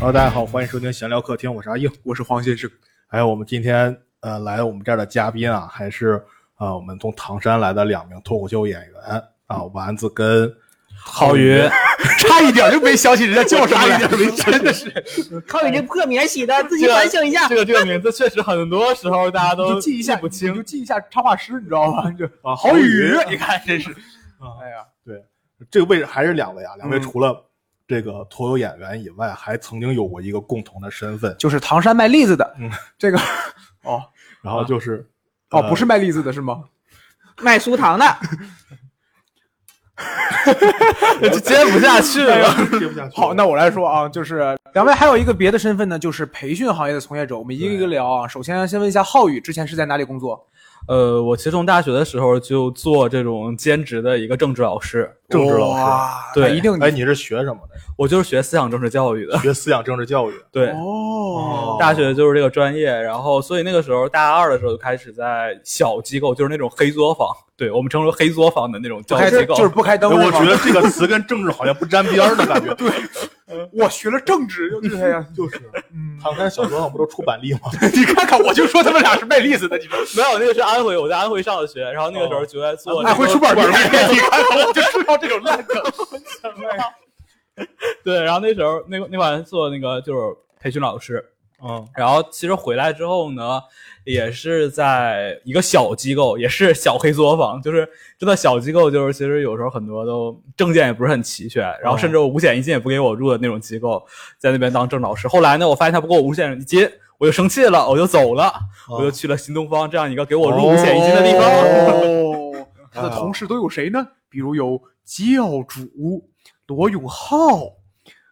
Hello，大家好，欢迎收听闲聊客厅，我是阿硬，我是黄先生。还有我们今天呃来我们这儿的嘉宾啊，还是啊、呃我们从唐山来的两名脱口秀演员啊，丸子跟浩宇， 差一点就没想起人家叫啥差来一，点没想真的是靠你这破免洗的，自己这啊反省一下。这个这个名字确实很多时候大家都记一下不你就清。记一下插画师，你知道吧？ 就嗯啊郝宇宇，你看 真是，啊哎呀，这个位置还是两位啊，两位嗯除了这个脱口演员以外，还曾经有过一个共同的身份，就是唐山卖栗子的嗯，这个哦然啊后就是、哦呃不是卖栗子的是 吗？卖酥糖的，这接不下去 了。接不下去了哎好，那我来说啊，就是两位还有一个别的身份呢，就是培训行业的从业者，我们一个一个聊啊。首先先问一下浩宇，之前是在哪里工作？呃，我其实从大学的时候就做这种兼职的一个政治老师，政治老师哇对那一定哎，你是学什么的？我就是学思想政治教育的。学思想政治教育。对，哦，大学就是这个专业，然后所以那个时候大二的时候就开始在小机构，就是那种黑作坊，对我们称为黑作坊的那种不教育开机构，哦就是不开灯哎是吗。哎我觉得这个词跟政治好像不沾边儿的 感觉。对，我学了政治，就这样。就是 嗯，唐山小作坊不都出版力吗？ 你看看，我就说他们俩是卖栗子的，你 说。没有，那个是安徽，我在安徽上的学，然后那个时候就在做、哎，会出版社，你看看，我就知道这种 烂梗。对，然后那时候那个那晚做那个就是培训老师，嗯，然后其实回来之后呢，也是在一个小机构，也是小黑作坊，就是真的小机构，就是其实有时候很多都证件也不是很齐全，然后甚至我五险一金也不给我入的那种机构，在那边当正老师。后来呢，我发现他不给我五险一金，我就生气了，我就走了，我就去了新东方这样一个给我入五险一金的地方。哦，他的同事都有谁呢？比如有教主罗永浩，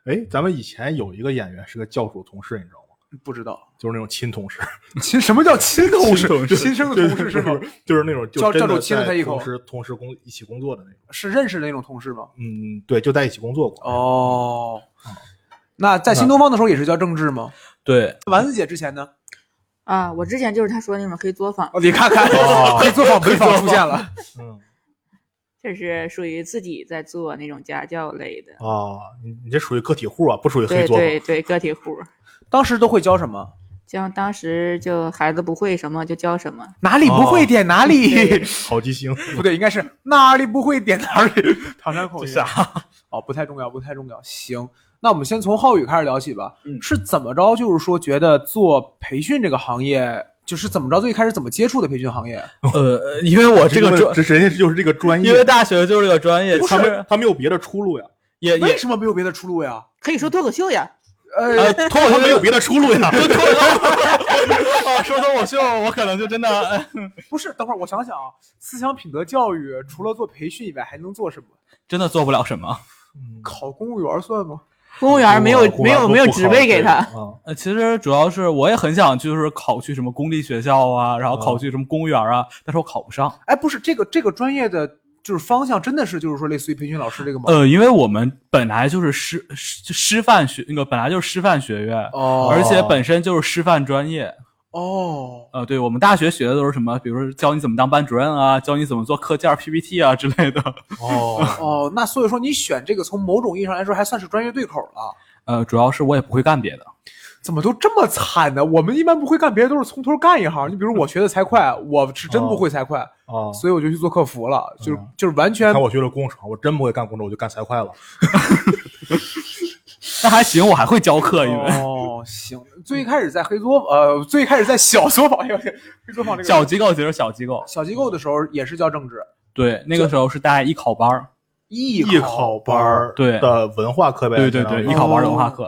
哎，咱们以前有一个演员是个教主同事，你知道吗？不知道就是那种亲同事，亲什么叫亲同事亲同？事亲生的同事是吗？就是那种就教真的教主亲了在他一口同时同时工一起工作的那种。是认识的那种同事吗？嗯，对，就在一起工作过。哦，那在新东方的时候也是叫政治吗？对，丸子姐之前呢？啊，我之前就是他说那种黑作坊，哦，你看看， 黑作坊北坊出现了。嗯就是属于自己在做那种家教类的，啊，你你这属于个体户啊，不属于黑对作坊。对对，个体户。当时都会教什么？像当时就孩子不会什么就教什么，哪里不会点哪里对， 好记性。 不对，应该是哪里不会点哪里。唐山口音啥？哦，不太重要，不太重要。行，那我们先从浩宇开始聊起吧。嗯是怎么着？就是说，觉得做培训这个行业，就是怎么着？最开始怎么接触的培训行业？呃，因为我这个专，这人家就是这个专业，因为大学就是这个专业，其他没实他没有别的出路呀，也为也什么没有别的出路呀？可以说脱口秀呀。呃， 呃，脱口他秀没有别的出路呀。 啊，说脱口秀，我可能就真的哎不是，等会儿我想想啊，思想品德教育除了做培训以外，还能做什么？真的做不了什么。考公务员算吗？公务员没有没有没有职位给他，啊，呃，其实主要是我也很想就是考去什么公立学校啊，然后考嗯去什么公务员啊，但是我考不上。哎，不是，这个这个专业的就是方向，真的是就是说类似于培训老师这个吗？呃，因为我们本来就是师师就师范学那个本来就是师范学院，哦而且本身就是师范专业。哦，呃，对我们大学学的都是什么，比如说教你怎么当班主任啊，教你怎么做课件儿 PPT 啊之类的。哦，哦，那所以说你选这个，从某种意义上来说，还算是专业对口了。呃，主要是我也不会干别的。怎么都这么惨呢？我们一般不会干，别人都是从头干一行。你比如我学 的财会，我是真不会财会，哦，所以我就去做客服了，就是嗯就是完全看我学了工程，我真不会干工程，我就干财会了。那还行，我还会教课，因为、哦，行。最开始在黑作呃，最开始在小作坊，黑作坊这个小机构其实小机构，小机构的时候也是叫政治对，那个时候是带艺考班儿，艺艺考班儿对的文化课呗，对对对，艺考班儿的文化课。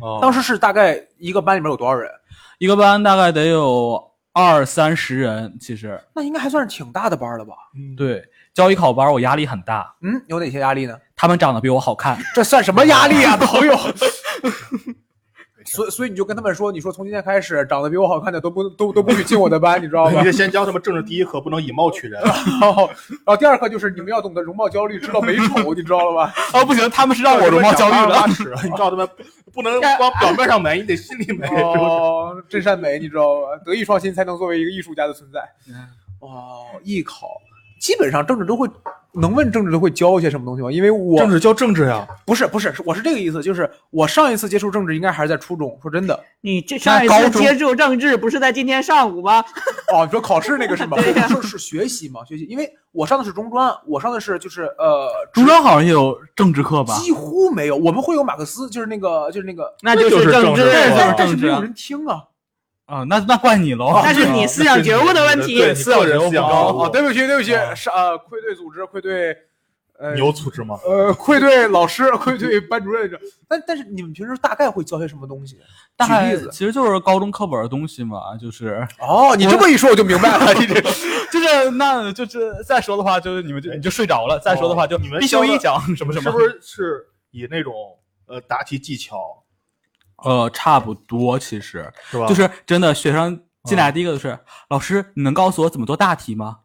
哦当时是大概一个班里面有多少人？一个班大概得有二三十人，其实那应该还算是挺大的班了吧？嗯对教艺考班我压力很大，嗯，有哪些压力呢？他们长得比我好看，这算什么压力 啊，朋友？所以所以你就跟他们说，你说从今天开始，长得比我好看的都不都都不许进我的班，你知道吗哦你？得先教他们政治第一课，不能以貌取人。然后，然后第二课就是你们要懂得容貌焦虑，知道美丑，你知道了吧？ 哦不行，他们是 让我容貌焦虑了拉， 屎， 你告诉他们不能光表面上美，你得心里美。是不是哦，真善美，你知道吧？德艺嗯双馨才能作为一个艺术家的存在。哦，艺考基本上政治都会能问政治会教一些什么东西吗？因为我政治教政治呀，不是不是，是我是这个意思，就是我上一次接触政治应该还是在初中。说真的，你这上一高次中接触政治不是在今天上午吗？哦，你说考试那个是吗？ 对呀是是学习嘛，学习，因为我上的是中专，我上的是就是呃，中专好像也有政治课吧？几乎没有，我们会有马克思，就是那个就是那个，那就就是政政治对但啊是但是没政治啊有人听啊。啊，那那怪你喽。那是你思想觉悟的问题啊对思想觉悟不高啊哦，对不起对不起哦，是呃，愧对组织，愧对呃你有组织吗？呃，愧对老师，愧对班主任这。但但是你们平时大概会教些什么东西？大概举例子其实就是高中课本的东西嘛，就是哦，你这么一说我就明白 了，你这 就是那就是再说的话，就是你们就你就睡着了。再说的话就你们哦必修一教讲什么什是么，不是是以那种呃答题技巧呃，差不多其实是吧？就是真的学生进来第一个就是、老师，你能告诉我怎么做大题吗？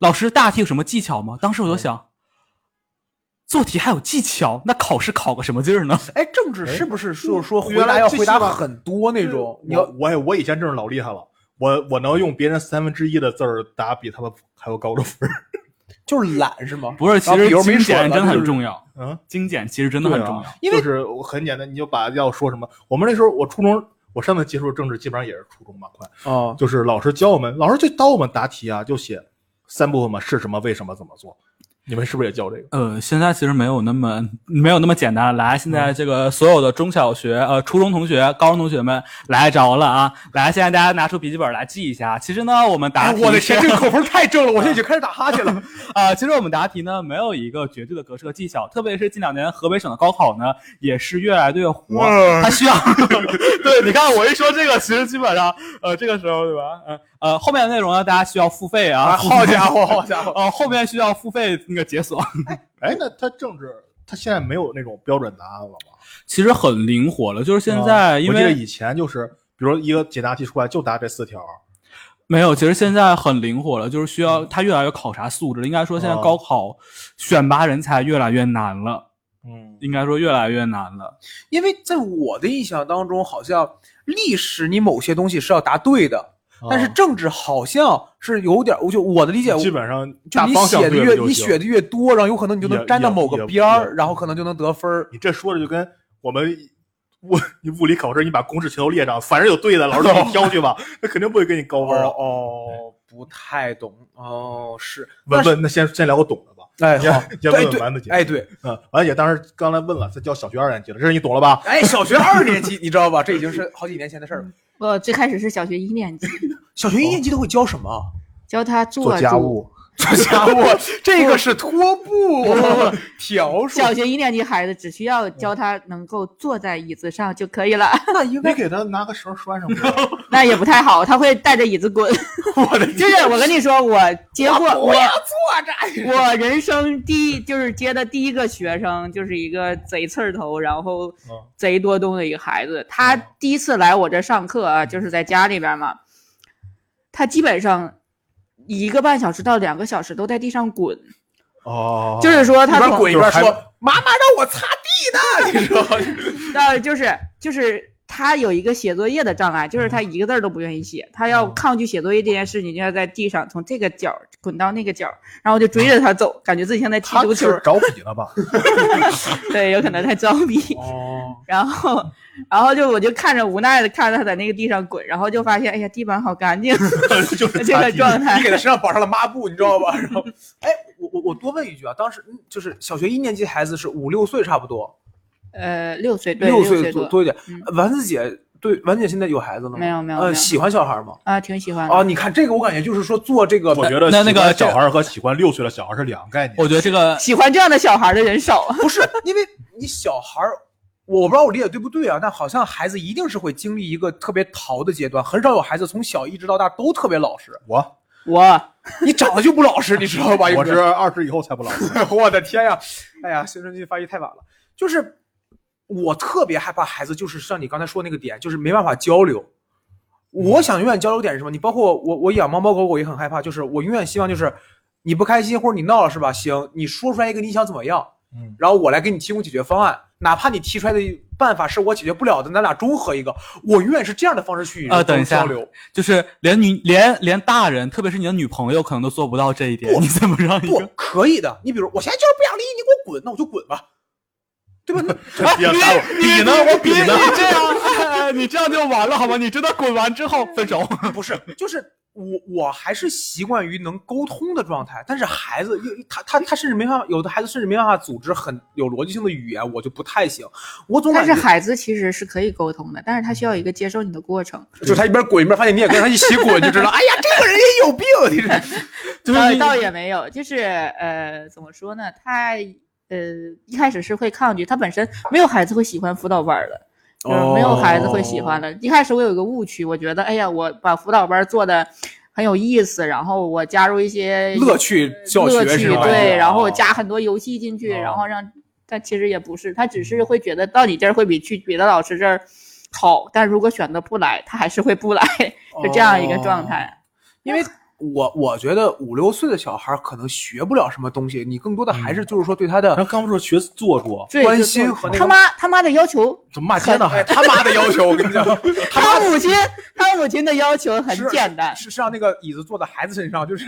老师，大题有什么技巧吗？当时我就想，做题还有技巧，那考试考个什么劲儿呢？哎，政治是不是哎说说回原答来要这回答些吧很多那种？你要我我也我以前政治老厉害了，我我能用别人三分之一的字儿答比他们还要高的分儿。就是懒是吗？不是，其啊实比如没精水了简真的就很是重要，嗯，精简其实真的很对啊重要。因为就是我很简单，你就把要说什么。我们那时候我初中，我上次接触政治基本上也是初中吧，快啊，就是老师教我们，老师就教我们答题啊，就写三部分嘛，是什么，为什么，怎么做。你们是不是也教这个？呃，现在其实没有那么没有那么简单。来，现在这个所有的中小学、呃初中同学、高中同学们来着了啊！来，现在大家拿出笔记本来记一下。其实呢，我们答哎题、我的天，这个口风太正了，我现在已经开始打哈 欠了。 啊、其实我们答题呢，没有一个绝对的格式和技巧，特别是近两年河北省的高考呢，也是越来越火，它需要。 对，你看我一说这个，其实基本上，呃，这个时候对吧？呃呃，后面的内容呢，大家需要付费啊，好家 伙，好家伙！呃，后面需要付费那个解锁。哎，那他政治他现在没有那种标准答案了吗？其实很灵活了，就是现啊在因我记得为以前就是，比如一个解答题出来就答这四条，没有，其实现在很灵活了，就是需要它越来越考察素质了。应该说现在哦高考选拔人才越来越难了，嗯，应该说越来越难了。因为在我的印象当中，好像历史你某些东西是要答对的，但是政治好像是有点，我就我的理解，哦基本上就大你方向写的对越了就你行写的越多，然后有可能你就能也沾到也某个也边也儿，然后可能就能得分儿。你这说的就跟我们物你物理考试，你把公式全都列上，反正有对的，老师让你挑去吧，那肯定不会给你高分啊。哦，不太懂哦，是文文，那先先聊个懂的吧。哎先好，先哎问问对丸子姐，哎对，嗯，丸子姐当时刚才问了，她教小学二年级了，这事你懂了吧？哎小学二年级你知道吧？这已经是好几年前的事儿了。嗯我最开始是小学一年级，小学一年级都会教什么？教他做做家主。务，做家务， 这个是拖布、笤帚。小学一年级孩子只需要教他能够坐在椅子上就可以了，那应你给她拿个绳拴上不就？那也不太好，他会带着椅子滚。我的 就是我跟你说，我接过我坐着。我人生第一就是接的第一个学生，就是一个贼刺儿头，然后贼多动的一个孩子。他第一次来我这上课啊，就是在家里边嘛，他基本上一个半小时到两个小时都在地上滚，哦，就是说一他边从滚一边说就是还：“妈妈让我擦地呢。” 你知道吗？呃，就是就是他有一个写作业的障碍，就是他嗯一个字儿都不愿意写，他要抗拒写作业这件事情，就要在地上从这个角儿滚到那个角儿，然后我就追着他走，感觉自己像在踢她足球是儿，找笔了吧？对，有可能在装逼。哦， 然后，然后就我就看着无奈的看着他在那个地上滚，然后就发现，哎呀，地板好 干净，就是这擦个地状态你。给他身上绑上了抹布，你知道吧？然后，哎，我我我多问一句啊，当时嗯就是小学一年级孩子是五六岁差不多，呃，六岁，对，六六岁多多一点嗯。丸子姐对丸子姐现在有孩子了吗？没有没有没呃，有喜欢小孩吗？啊，挺喜欢的。啊，你看这个，我感觉就是说做这个，我觉得那那个喜欢小孩儿和喜欢六岁的小孩儿是两个概念。我觉得这个喜欢这样的小孩的人少， 不是因为你小孩儿，我不知道我理解对不对啊，但好像孩子一定是会经历一个特别淘的阶段，很少有孩子从小一直到大都特别老实。我我你长得就不老实，你知道吧？我是二十以后才不老 实。 我的天呀！哎呀，新生期发育太晚了，就是我特别害怕孩子，就是像你刚才说那个点，就是没办法交流。我嗯想永远交流点是什么？你包括我，我养猫猫狗狗也很害怕，就是我永远希望就是你不开心或者你闹了是吧？行，你说出来一个你想怎么样，嗯然后我来给你提供解决方案。哪怕你提出来的办法是我解决不了的，咱俩中和一个。我永远是这样的方式去与呃人等一下交流。就是连女连连大人，特别是你的女朋友，可能都做不到这一点。你怎么让一不个？可以的，你比如我现在就是不想理你，你给我滚，那我就滚吧，对吧？那比呢，比呢，我比你呢。这样，哎你这样就完了好吗？你真的滚完之后分手。不是，就是我我还是习惯于能沟通的状态，但是孩子又他他他甚至没办法，有的孩子甚至没办法组织很有逻辑性的语言，我就不太行。我总但感是觉孩子其实是可以沟通的，但是他需要一个接受你的过程。就是他一边滚一边发现你也跟着他一起滚，就知道，哎呀，这个人也有病，啊你这就倒是倒也没有，就是呃，怎么说呢？他呃一开始是会抗拒，他本身没有孩子会喜欢辅导班儿的，就是哦没有孩子会喜欢的。一开始我有一个误区，我觉得哎呀，我把辅导班儿做的很有意思，然后我加入一些乐趣教呃乐学趣是吧？对，然后我哦加很多游戏进去，哦然后让，但其实也不是，他只是会觉得到你这儿会比去别的老师这儿好，但如果选择不来，他还是会不来， 是这样一个状哦态。因为哦我我觉得五六岁的小孩可能学不了什么东西，你更多的嗯还是就是说对他的然后刚不说学做做，对，关就心是和那他个妈他妈的要求，怎么骂街呢？还哎他妈的要求，我 跟你讲，他母亲他母亲的要求很简单，是是让那个椅子坐在孩子身上，就是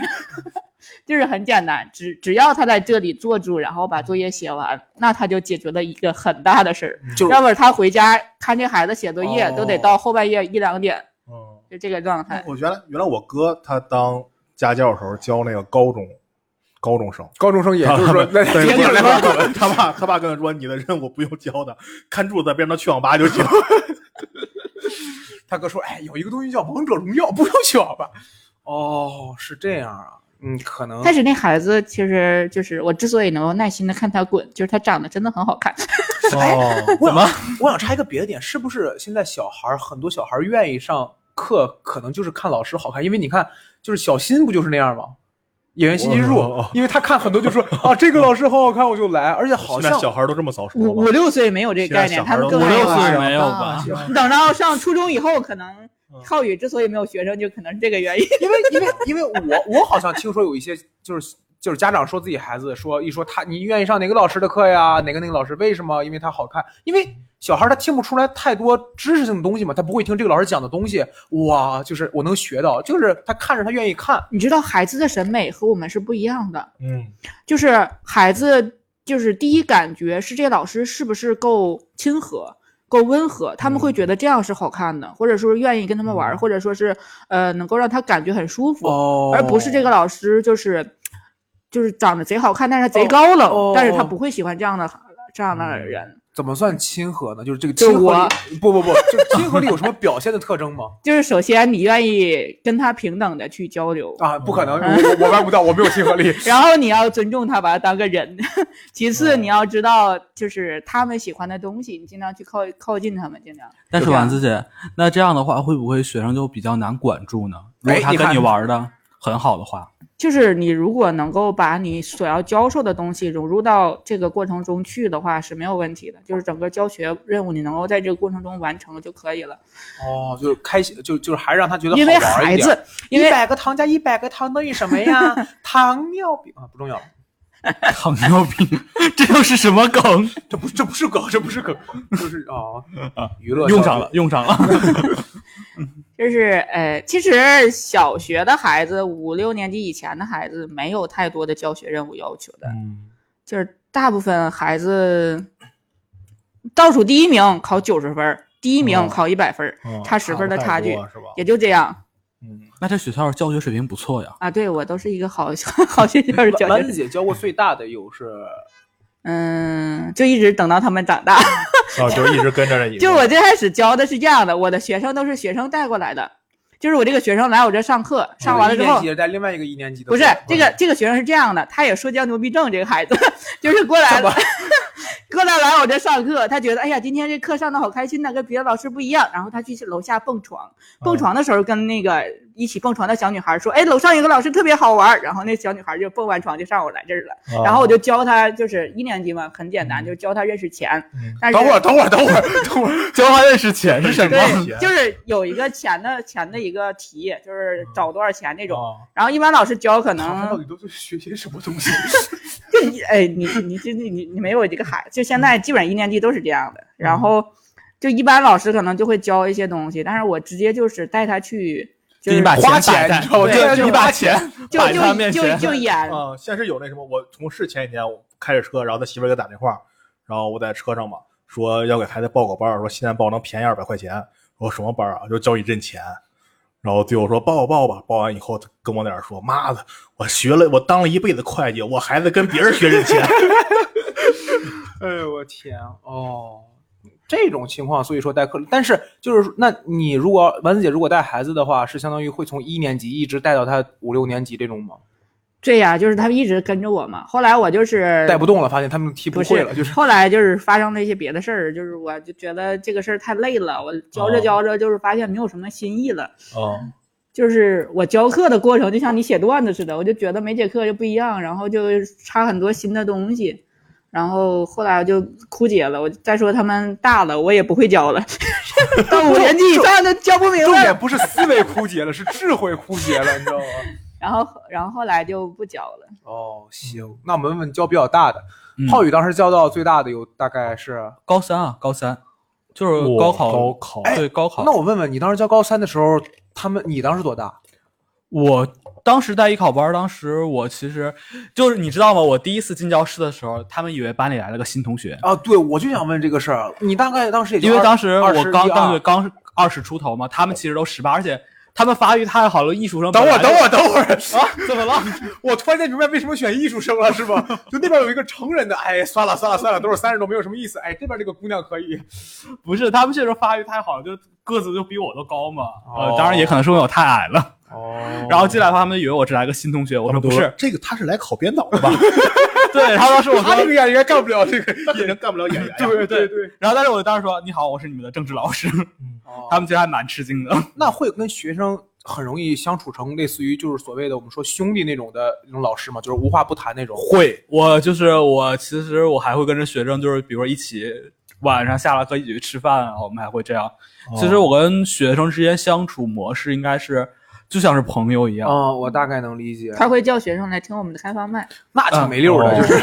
就是很简单，只只要他在这里坐住，然后把作业写完，那他就解决了一个很大的事儿。就要不然他回家看这孩子写作业，哦都得到后半夜一两点，嗯，就这个状态。我原来原来我哥他当家教的时候教那个高中高中生，高中生也就是说，那啊对，天天来他回滚爸他爸他爸跟他说：“你的任务不用教的，看柱子边上去网吧就行。 他哥说，哎，有一个东西叫王者荣耀，不用去网吧。哦，是这样啊，嗯，可能但是那孩子其实就是我之所以能够耐心的看他滚，就是他长得真的很好看。哦，我想我想插一个别的点，是不是现在小孩儿很多小孩儿愿意上课，可能就是看老师好看，因为你看，就是小新不就是那样吗？演员新技哦哦术哦，因为他看很多 就说啊，这个老师好好看，我就来，而且好现在像小孩都这么早熟五五吗？六岁没有这个概念，现在小他孩们都更五爱六玩岁没有 吧？等到上初中以后，可能浩宇之所以没有学生，就可能是这个原因。 因为因为因为我我好像听说有一些就是就是家长说自己孩子说一说他你愿意上哪个老师的课呀？哪个哪个老师为什么？因为他好看，因为小孩他听不出来太多知识性的东西嘛，他不会听这个老师讲的东西。哇，就是我能学到，就是他看着他愿意看。你知道孩子的审美和我们是不一样的，嗯，就是孩子就是第一感觉是这老师是不是够亲和、够温和，他们会嗯觉得这样是好看的，或者说是愿意跟他们玩儿，或者说是呃能够让他感觉很舒服，哦而不是这个老师就是就是长得贼好看，但是贼高冷，哦哦嗯但是他不会喜欢这样的这样的人。怎么算亲和呢？就是这个就亲和我力，不不不，就是亲和力有什么表现的特征吗？就是首先你愿意跟他平等的去交流，啊，不可能，我我我办不到，我没有亲和力。然后你要尊重他，把他当个人。 其嗯次，你要知道就是他们喜欢的东西，你尽量去靠靠近他们，尽量。但是对啊丸子姐，那这样的话会不会学生就比较难管住呢？如哎果他你跟看你玩的很好的话，就是你如果能够把你所要教授的东西融入到这个过程中去的话，是没有问题的。就是整个教学任务，你能够在这个过程中完成就可以了。哦，就是开心，就就是还是让他觉得因为好玩儿孩一点子，因为个糖加一百个糖等于什么 呀？糖尿病啊，不重要，糖尿病， 这又是什么梗？这不这不是梗，这不是梗，就是啊，娱乐用上了，，用上了。就是呃，其实小学的孩子，五六年级以前的孩子没有太多的教学任务要求的，嗯，就是大部分孩子倒数第一名考九十分儿，第一名哦考一百分儿，嗯差十分的差距差不太多是吧？也就这样嗯，那这学校教学水平不错呀。啊。对我都是一个好 好学校的丸教丸子学，姐教过最大的有是，嗯，就一直等到他们长大。哦，就是一直跟着这一个， 就我最开始教的是这样的，我的学生都是学生带过来的，就是我这个学生来我这上课， 上完了一之年后级。的带另外一个一年级的，啊不是这个这个学生是这样的，他也说教牛逼症，这个孩子 就是过来怎么了， 过来来我这上课，他觉得哎呀，今天这课上的好开心呐，跟别的老师不一样。然后他去楼下蹦床，蹦床的时候跟那个一起蹦床的小女孩说，哎，楼上有个老师特别好玩儿。然后那小女孩就蹦完床就上我来这儿了，哦，然后我就教他，就是一年级嘛，很简单，就教他认识钱。但是等会儿等会儿等会儿等会儿，教他认识钱是什对，就是有一个钱的钱的一个题，哦就是找多少钱那种。然后一般老师教可能到底都是学些什么东西？就一 哎，你你这你你你没有这个孩子，就现在基本上一年级都是这样的。然后就一般老师可能就会教一些东西，但是我直接就是带他去，就你是把花钱钱摆在你知道吗对这就就是你把花钱就摆在他就面就前。哦就演，啊、现实有那什么，我同事前几天我开着车，然后他媳妇儿给打电话，然后我在车上嘛，说要给孩子报个班儿，说现在报能便宜二百块钱。我说什么班儿啊？就交一阵钱。然后最后说报吧报吧，报完以后他跟我在那儿说：“妈的，我学了，我当了一辈子会计，我孩子跟别人学认钱。哎呦我天啊哦，这种情况，所以说代课，但是就是说那你如果丸子姐如果带孩子的话，是相当于会从一年级一直带到他五六年级这种吗？对呀、就是他们一直跟着我嘛。后来我就是带不动了，发现他们踢不会了，就是后来就是发生了一些别的事儿，就是我就觉得这个事儿太累了，我教着哦教着就是发现没有什么新意了。”哦，就是我教课的过程，就像你写段子似的，我就觉得每节课就不一样，然后就插很多新的东西，然后后来我就枯竭了。我再说他们大了，我也不会教了， 到五年级以上就教 不明重白点了。不是思维枯竭了，是智慧枯 竭了，你知道吗？然后，然后后来就不教了。哦，行，那我们问问教比较大的，嗯浩宇当时教到最大的有大概是，高三啊，高三就是高考，高考，对高考。那我问问你当时教高三的时候，他们你当时多大？我当时带艺考班儿，当时我其实就是你知道吗？我第一次进教室的时候，他们以为班里来了个新同学，啊，对，我就想问这个事儿， 你大概当时也就因为二当时二我十刚一当时二刚二十出头嘛，他们其实都十八，而且他们发育太好了，艺术生等本我来就等我等会 儿，啊， 怎么了？我突然间明白为什么选艺术生了，是吧？就那边有一个成人的，哎，算了算了算了，都是三十多，没有什么意思。哎，这边这个姑娘可以。不是，他们确实发育太好了，就个子就比我都高嘛。哦呃，当然也可能是因为我太矮了。哦然后进来的话，他们以为我是来个新同学，我他说们不都是，这个他是来考编导的吧？对。然后 当时我他这说，个演员干不了这个。 他肯定干不了演员呀。啊对对对。然后但是我当时说你好，我是你们的政治老师，哦他们其实还蛮吃惊的。那会跟学生很容易相处成类似于就是所谓的我们说兄弟那种的那种老师嘛，就是无话不谈那种。会，我就是我，其实我还会跟着学生，就是比如说一起晚上下了课一起去吃饭啊，我们还会这样。其实我跟学生之间相处模式应该是就像是朋友一样，嗯，我大概能理解。他会叫学生来听我们的开放麦，那挺没溜儿的，嗯就是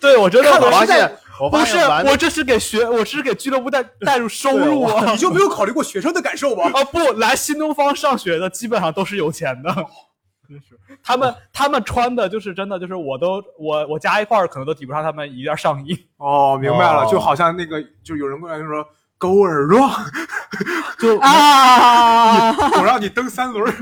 对我真的看我我发是在现。我不发是现完，我这是给学，我这是给俱乐部带带入收入啊！你就没有考虑过学生的感受吗？啊， 不来新东方上学的基本上都是有钱 的，他们他们穿的就是真的就是我都我我加一块儿可能都抵不上他们一件上衣，哦，明白了，哦就好像那个就有人过来就说。狗耳状， 就啊，我让你蹬三轮儿。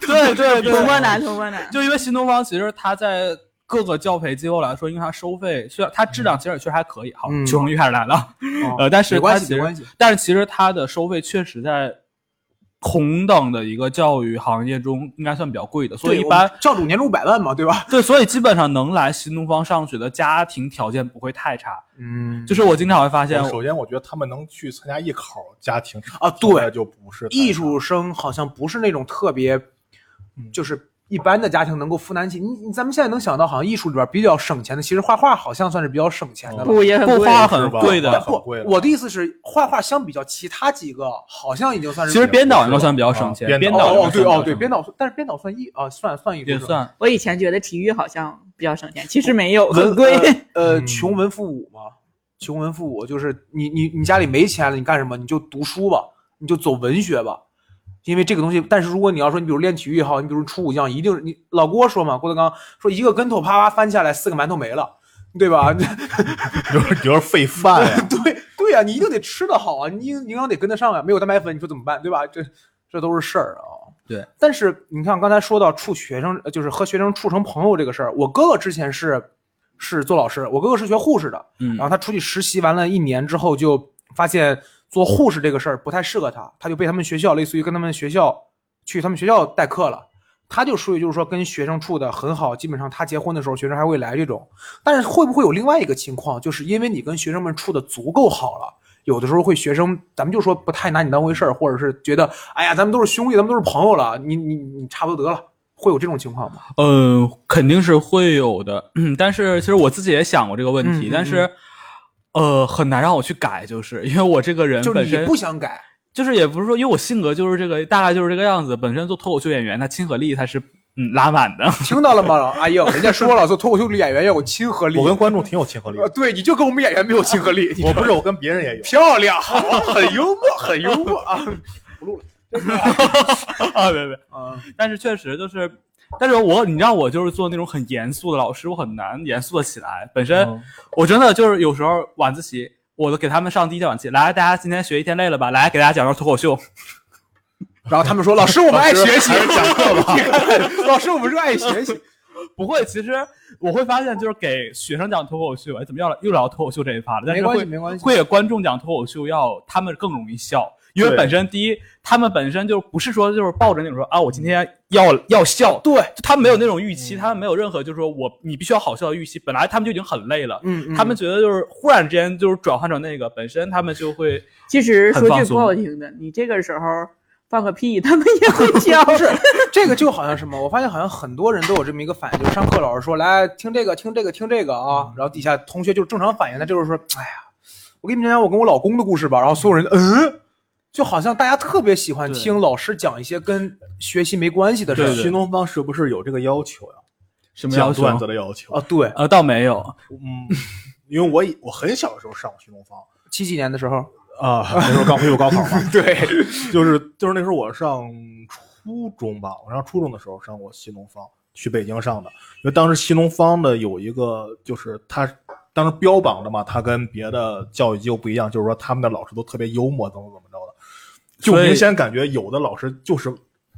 对对对，同波男，同波男，就因为新东方其实它在各个教培机构来说，因为它收费虽然它质量其实也确实还可以，好，嗯哦求生欲开始来了，呃，但是没它关其系，没实关系。但是其实它的收费确实在同等的一个教育行业中应该算比较贵的，所以对一我般们教主年入百万嘛，对吧？对，所以基本上能来新东方上学的家庭条件不会太差。嗯就是我经常会发现我，首先我觉得他们能去参加艺考，家庭啊对就不是太艺术生好像不是那种特别，嗯就是一般的家庭能够负担起。你你咱们现在能想到，好像艺术里边比较省钱的，其实画画好像算是比较省钱嗯的了。不也很不贵。花是很吧贵的很不贵了，我的意思是，画画相比较其他几个，好像已经算是其实比较编导应该算比较省钱，啊编编导导哦哦应该对算哦比对，较编省导但是编导算一啊算算一也种算。我以前觉得体育好像比较省钱，其实没有，文很贵。 呃呃嗯穷文富武嘛，穷文富武就是你你你家里没钱了，你干什么？你就读书吧，你就走文学吧，因为这个东西。但是如果你要说你比如练体育也好，你比如出武将，一定是你老郭说嘛，郭德纲说一个跟头啪啪翻下来，四个馒头没了。对 吧？就是就是费饭呀。对对呀、你一定得吃的好啊，你营养得跟得上啊呀、没有蛋白粉，你说怎么办？对吧？这这都是事儿啊。对，但是你看刚才说到处学生，呃就是和学生处成朋友这个事儿，我哥哥之前是是做老师，我哥哥是学护士的，嗯然后他出去实习完了一年之后，就发现做护士这个事儿不太适合他，他就被他们学校，类似于跟他们学校去他们学校代课了。他就属于就是说跟学生处的很好，基本上他结婚的时候学生还会来这种。但是会不会有另外一个情况，就是因为你跟学生们处的足够好了，有的时候会学生咱们就说不太拿你当回事儿，或者是觉得哎呀咱们都是兄弟，咱们都是朋友了，你你你差不多得了，会有这种情况吗？呃，肯定是会有的， 嗯，但是其实我自己也想过这个问题，嗯嗯但是呃很难让我去改，就是 因为我这个人就是本你身不想改，就是也不是说，因为我性格就是这个，大概就是这个样子。本身做脱口秀演员，他亲和力他是嗯，拉满 的。听到了吗？哎呦，人家说了，说脱口秀演员要有亲和力。我跟观众挺有亲和力的 呃，对，你就跟我们演员没有亲和力。你我不是我跟别人也有，漂亮， 好，很幽默，很幽默啊！不录了。啊，别别， 啊，但是确实就是，但是我你让我就是做那种很严肃的老师，我很难严肃的起来。本身、哦嗯我真的就是有时候晚自习，我都给他们上第一节晚自习，来，大家今天学一天累了吧？来，给大家讲段脱口秀。然后他们说：“老师，我们爱学习。还是讲课吧 你看”老师，我们热爱学习。不会，其实我会发现，就是给学生讲脱口秀，哎，怎么又聊又聊脱口秀这一趴了？但没是关系，会没关系。会给观众讲脱口秀要他们更容易笑，因为对本身第一，他们本身就不是说就是抱着那种说啊，我今天要要笑，就对，他们没有那种预期，他们没有任何就是说我你必须要好笑的预期，本来他们就已经很累了。嗯，嗯 他们觉得就是忽然之间就是转换成那个，本身他们就会其实很说放句不松好听的，你这个时候放个屁，他们也会笑。不是这个就好像什么，我发现好像很多人都有这么一个反应，就是上课老师说来听这个听这个听这个啊，然后底下同学就是正常反应，他就是说，哎呀，我给你们讲讲我跟我老公的故事吧，然后所有人嗯。就好像大家特别喜欢对听老师讲一些跟学习没关系的事儿对对新东方是不是有这个要求呀？什讲段子的要求啊。对，呃，倒没有，嗯，因为我以我很小的时候上过新东方七几年的时候，啊，那时候刚恢复高考 嘛，对，就是就是那时候我上初中吧，我上初中的时候上过新东方，去北京上的，因为当时新东方的有一个就是它当时标榜的嘛，它跟别的教育机构不一样，就是说他们的老师都特别幽默，怎么怎么着的，就所以明显感觉有的老师就是。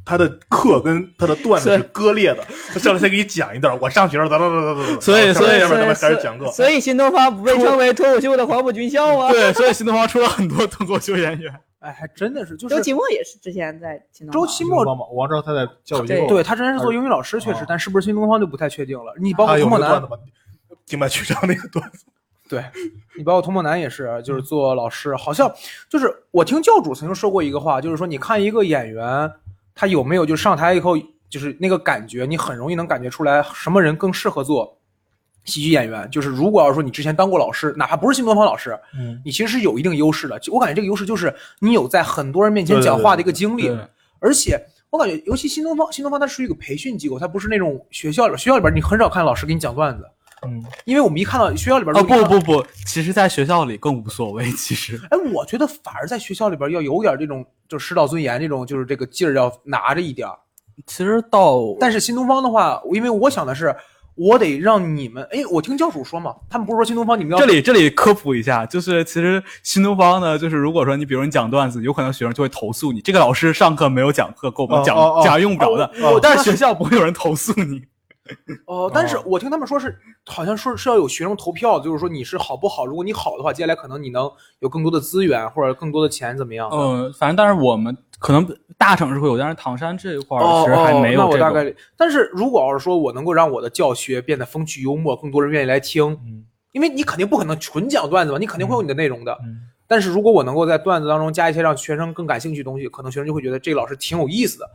他的课跟他的段子是割裂的，他上来先给你讲一段，我上学了，哒哒哒哒哒哒，所以上来所以上来所以开始讲课，所以新东方不被称为脱口秀的黄埔军校啊。对，所以新东方出了很多脱口秀演员。哎，还真的是就周是奇墨也是之前在新东周方。期末帮忙，我知道他在教育机对构，对他之前是做英语老师，确实啊，但是不是新东方就不太确定了。你包他括有那童墨个段南子，吗？静脉曲张那个段子，对你包括童墨南也是，就是嗯做老师，好像就是我听教主曾经说过一个话，就是说你看一个演员，他有没有就上台以后就是那个感觉，你很容易能感觉出来什么人更适合做喜剧演员。就是如果要是说你之前当过老师，哪怕不是新东方老师，嗯，你其实是有一定优势的。就我感觉这个优势就是你有在很多人面前讲话的一个经历，对对对对而且我感觉，尤其新东方，新东方它是一个培训机构，它不是那种学校里学校里边你很少看老师给你讲段子，嗯，因为我们一看到学校里边啊如果不一看不不，其实，在学校里更无所谓。其实哎，我觉得反而在学校里边要有点这种就是师道尊严这种就是这个劲儿要拿着一点儿。其实到但是新东方的话，因为我想的是。我得让你们，哎，我听教主说嘛，他们不是说新东方你们要这里这里科普一下，就是其实新东方呢，就是如果说你比如你讲段子，有可能学生就会投诉你，这个老师上课没有讲课，给我们哦讲、哦哦讲用不着的。哦但是学校不会有人投诉你，哦，但是我听他们说是，好像说是要有学生投票，就是说你是好不好，如果你好的话，接下来可能你能有更多的资源或者更多的钱，怎么样？嗯、反正但是我们可能大城市会有，但是唐山这一块儿哦其实还哦，没有、这那我种大概理，但是如果要是说我能够让我的教学变得风趣幽默，更多人愿意来听，嗯因为你肯定不可能纯讲段子嘛，你肯定会有你的内容的。嗯但是如果我能够在段子当中加一些让学生更感兴趣的东西，可能学生就会觉得这个老师挺有意思的，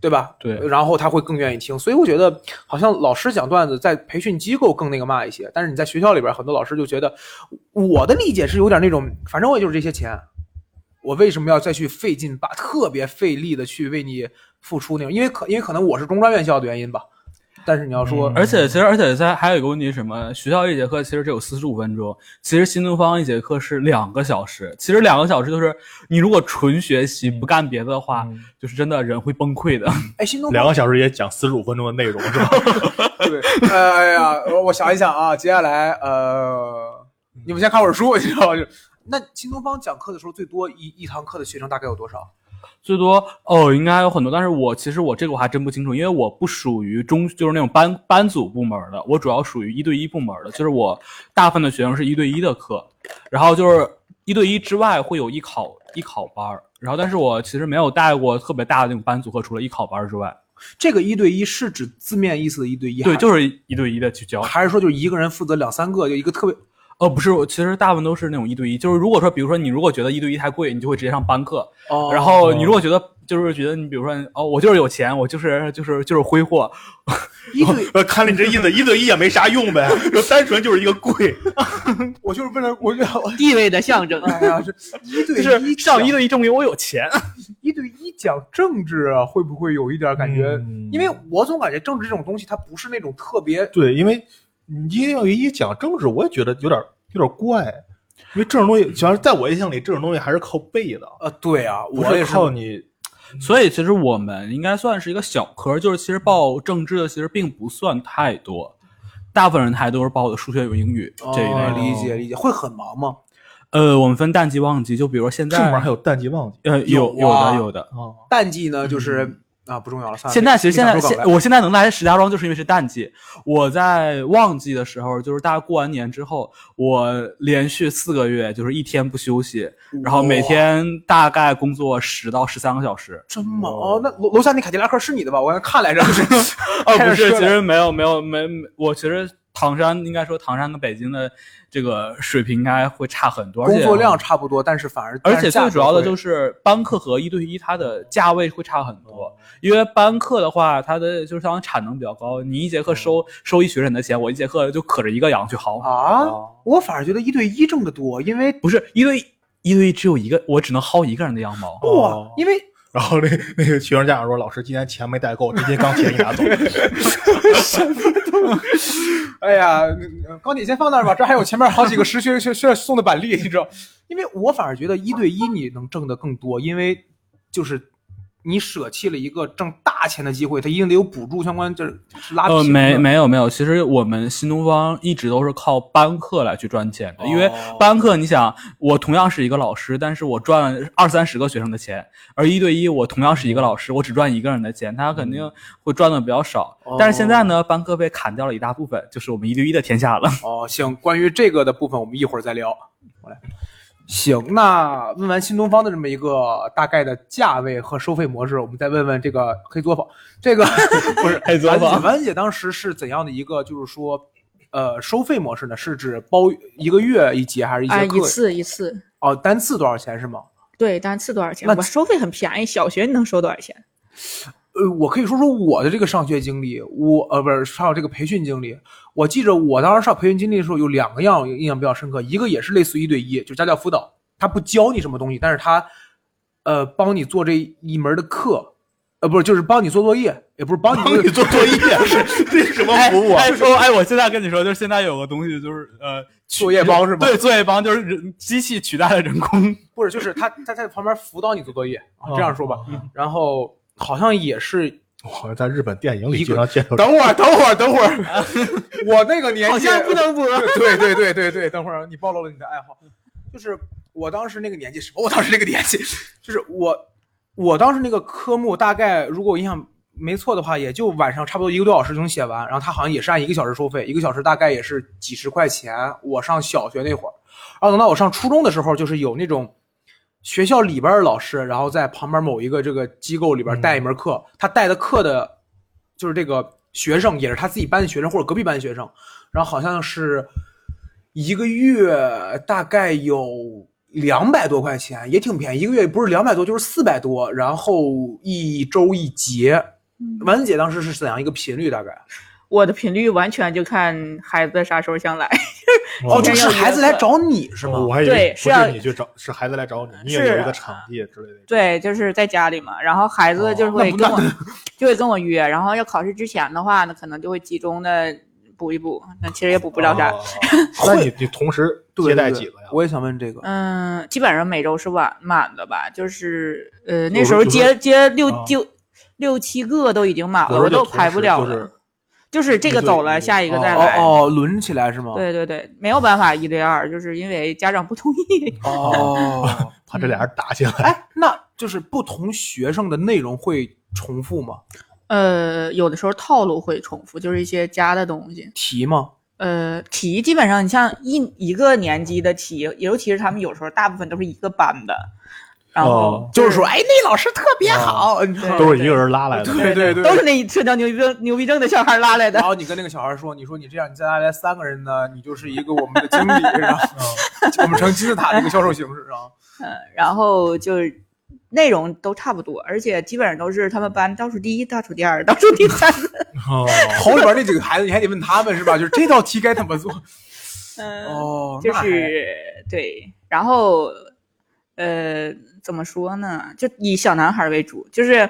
对吧？对然后他会更愿意听。所以我觉得，好像老师讲段子在培训机构更那个嘛一些，但是你在学校里边，很多老师就觉得，我的理解是有点那种，反正我也就是这些钱，我为什么要再去费劲把特别费力的去为你付出那种？因为可因为可能我是中专院校的原因吧。但是你要说，嗯而且其实而且在还有一个问题是什么？学校一节课其实只有四十五分钟，其实新东方一节课是两个小时。其实两个小时就是你如果纯学习不干别的啊话，嗯就是真的人会崩溃的。哎，新东两方个小时也讲四十五分钟的内容是吧？对，哎呀，我我想一想啊，接下来呃，你们先看会儿书，你知道吗？就那新东方讲课的时候，最多一一堂课的学生大概有多少？最多哦，应该有很多，但是我其实我这个我还真不清楚，因为我不属于中，就是那种班班组部门的，我主要属于一对一部门的，就是我大部分的学生是一对一的课，然后就是一对一之外会有艺考艺考班儿，然后但是我其实没有带过特别大的那种班组课，除了艺考班儿之外，这个一对一是指字面意思的一对一，对，还就是一对一的去教。还是说就一个人负责两三个，就一个特别哦，不是，我其实大部分都是那种一对一，就是如果说，比如说你如果觉得一对一太贵，你就会直接上班课，哦然后你如果觉得就是觉得你比如说哦，我就是有钱，我就是就是就是挥霍，一对 呃，看了你这意思，一对一也没啥用呗，就单纯就是一个 贵。 我就是为了我就。地位的象征哎呀，是一就对是一上讲一对一证明我有钱。一对一讲政治啊，会不会有一点感觉？嗯因为我总感觉政治这种东西，它不是那种特别对，因为你一定要一讲政治，我也觉得有点有点怪，因为这种东西，主要是在我印象里，这种东西还是靠背的，呃，对啊，不我也是靠你。 所以其实我们应该算是一个小科，就是其实报政治的其实并不算太多，大部分人还都是报的数学与英语这一类哦的。理解理解，会很忙吗？呃，我们分淡季旺季，就比如说现这玩意儿在还，有淡季旺季呃，有有有啊的有的。啊，淡季呢，就是、啊，不重要了，算了。嗯现在其实别现在别想说现搞了我现在能来石家庄，就是因为是淡季。我在旺季的时候，就是大家过完年之后，我连续四个月就是一天不休息，然后每天大概工作十到十三个小时。真忙哦。那楼楼下那凯迪拉克是你的吧？我刚才看 来着，就是哦， 开不着是，车其来实没有没有没，没我其实唐山应该说唐山跟北京的这个水平应该会差很多，而且工作量差不多，但是反而而且最主要的就是是班课和一对一，它的价位会差很多。因为班课的话，它的就是相当于产能比较高，你一节嗯课收收一学生的钱，我一节课就可着一个羊去薅。啊，哦我反而觉得一对一挣得多，因为不是一对一一对一只有一个，我只能薅一个人的羊毛。哇，因为 然后那那个学生家长说：“老师，今天钱没带够，直接钢铁你 拿走。哎呀，呃钢铁先放那儿吧，这还有前面好几个十学学学送的板栗，你知道？ 因为我反而觉得一对一你能挣得更多，因为就是你舍弃了一个挣大钱的机会，它一定得有补助相关，就是就是拉平的。呃，没没有没有，其实我们新东方一直都是靠班课来去赚钱的，因为哦班课，你想，我同样是一个老师，但是我赚二三十个学生的钱，而一对一我同样是一个老师，我只赚一个人的钱，他肯嗯定会赚的比较少。哦但是现在呢，班课被砍掉了一大部分，就是我们一对一的天下了。哦，行，关于这个的部分我们一会儿再聊。我来，行，那问完新东方的这么一个大概的价位和收费模式，我们再问问这个黑作坊，这 个不是黑作丸姐坊，丸姐当时是怎样的一个，就是说，呃，收费模式呢？是指包一个月一节，还是一啊，节课？一次一次，哦，单次多少钱是吗？对，单次多少钱那？我收费很便宜，小学你能收多少钱？呃，我可以说说我的这个上学经历，我呃不是上这个培训经历。我记着我当时上培训经历的时候，有两个样印象比较深刻，一个也是类似于一对一，就家教辅导，他不教你什么东西，但是他呃帮你做这一门的课，呃不是就是帮你做作业，也不是帮”你帮你做作业， 是这是什么服务啊？ 哎我哎，我现在跟你说，就是现在有个东西，就是呃，取作业帮是吧对，作业帮就是人机器取代了人工。不是就是他他在旁边辅导你做作业啊，哦这样说吧。然后好像也是我好像在日本电影一里个经常见到。等会儿，等会儿，等会 儿，我那个年纪好像不能播对对对对对，等会儿你暴露了你的爱好，就是我当时那个年纪什么？我当时那个年纪，就是我我当时那个科目大概如果我印象没错的话，也就晚上差不多一个多小时就能写完，然后他好像也是按一个小时收费，一个小时大概也是几十块钱。我上小学那会儿，然后等到我上初中的时候，就是有那种。学校里边的老师，然后在旁边某一个这个机构里边带一门课，他带的课的就是这个学生也是他自己班的学生或者隔壁班的学生，然后好像是一个月大概有两百多块钱，也挺便宜，一个月不是两百多就是四百多，然后一周一节。嗯丸子姐当时是怎样一个频率？大概我的频率完全就看孩子啥时候想来。哦，哦就是孩子来找你是是吗吗？？哦我还以对为是不要是你去找，是孩子来找你，你也有一个场地之类的。对，就是在家里嘛，然后孩子哦就是会跟我、 就会跟我约，然后要考试之前的话呢，可能就会集中的补一补，那其实也补不了啥。哦。那你你同时对接待对几对个呀？我也想问这个。嗯，基本上每周是晚满的吧，就是呃那有时时候候就接是接六啊六六七个都已经满有了，时候我就都同排不时了就了。是就是这个一对走一了，下一个再哦来。哦，轮起来是吗？对对对，没有办法一对二，就是因为家长不同意。 哦，怕这俩人打起来。哎，那就是不同学生的内容会重复吗？呃，有的时候套路会重复，就是一些加的东西。题吗？呃，题基本上你像一一个年级的题，尤其是他们有时候大部分都是一个班的，然后哦就是说，哎，那老师特别好，你知道吗？都是一个人拉来的。对对对，都是那社交牛逼症牛逼症的小孩拉来的然。后你跟那个小孩说，你说你这样，你再拉来三个人呢， 你就是一个我们的经理，然后 我们成金字塔的一个销售形式 啊。嗯，然后就是内容都差不多，而且基本上都是他们班倒数第一、倒数第二、倒数第三。哦，头里边那几个孩子，你还得问他们是吧？就是这道题该怎么做？嗯，哦，就那还是对，然后呃，怎么说呢？就以小男孩为主，就是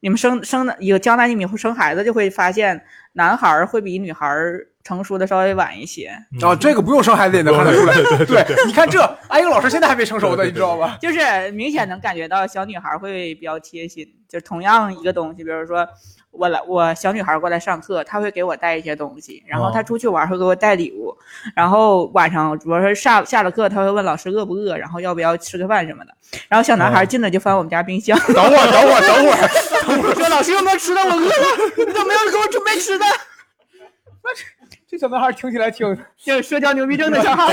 你们生生的有将来你们以后生孩子就会发现，男孩儿会比女孩儿成熟的稍微晚一些。啊，这个不用生孩子也能看得出来。对对对， 你看这艾个老师现在还没成熟呢，你知道吧？就是明显能感觉到小女孩会比较贴心，就同样一个东西，比如说我来我小女孩过来上课，她会给我带一些东西，然哦后她出去玩会给我带礼物，然后晚上比如说下下了课，她会问老师饿不饿，然后要不要吃个饭什么的，然后小男孩进来就翻我们家冰箱，哦等会儿，等会儿，等会儿， 说老师有没有吃的，我饿了，你怎么没有给我准备吃的？这小男孩听起来挺， 就是社交牛逼症的小孩，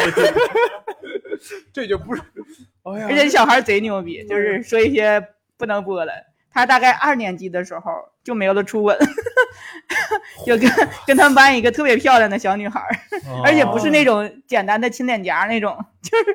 这就不是，哎呀，而且这小孩贼牛逼，就是说一些不能播的。他大概二年级的时候就没有了初吻， 就跟跟他们班一个特别漂亮的小女孩儿，嗯而且哦不是那哦种简单的亲脸颊那种，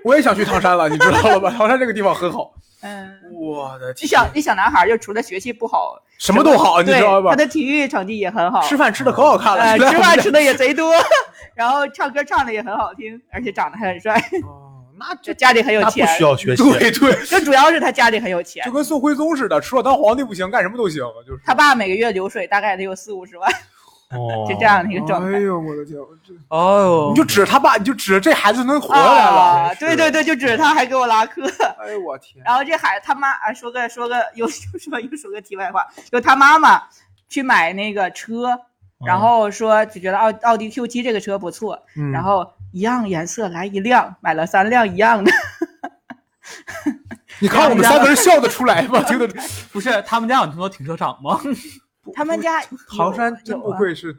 我也想去唐山了，你知道了吧？ 唐山这个地方很好。嗯，我的这天，小这小男孩儿就除了学习不好，什么都好，你知道对，他吧？的体育成绩也很好，吃饭吃的可好看了，呃你知吃道吗 饭吃的也贼多， 然后唱歌唱的也很好听，而且长得还很帅，哦那就这家里很有他不钱，需要学习，对对，就主要是他家里很有钱就，跟宋徽宗似的，除了当皇帝不行，干什么都行，就是 他爸每个月流水大概得有四五十万， 哦就这样的一个状态哎。呦，我的天，我这哎呦你 就指着他爸，你就指着这孩子能活下来了啊。对对对，就指着他还给我拉客。 哎呦，我天，然后这孩子他妈啊，说个说个又又说又说个题外话，就他妈妈去买那个车，然后说就觉得奥奥迪 Q 7这个车不错，嗯然后一样颜色来一辆，买了三辆一样的。你看我们三个人笑得出来吗？ 听得 出不是他们家有那么多停车场吗？ 他们家唐山有真有不啊愧是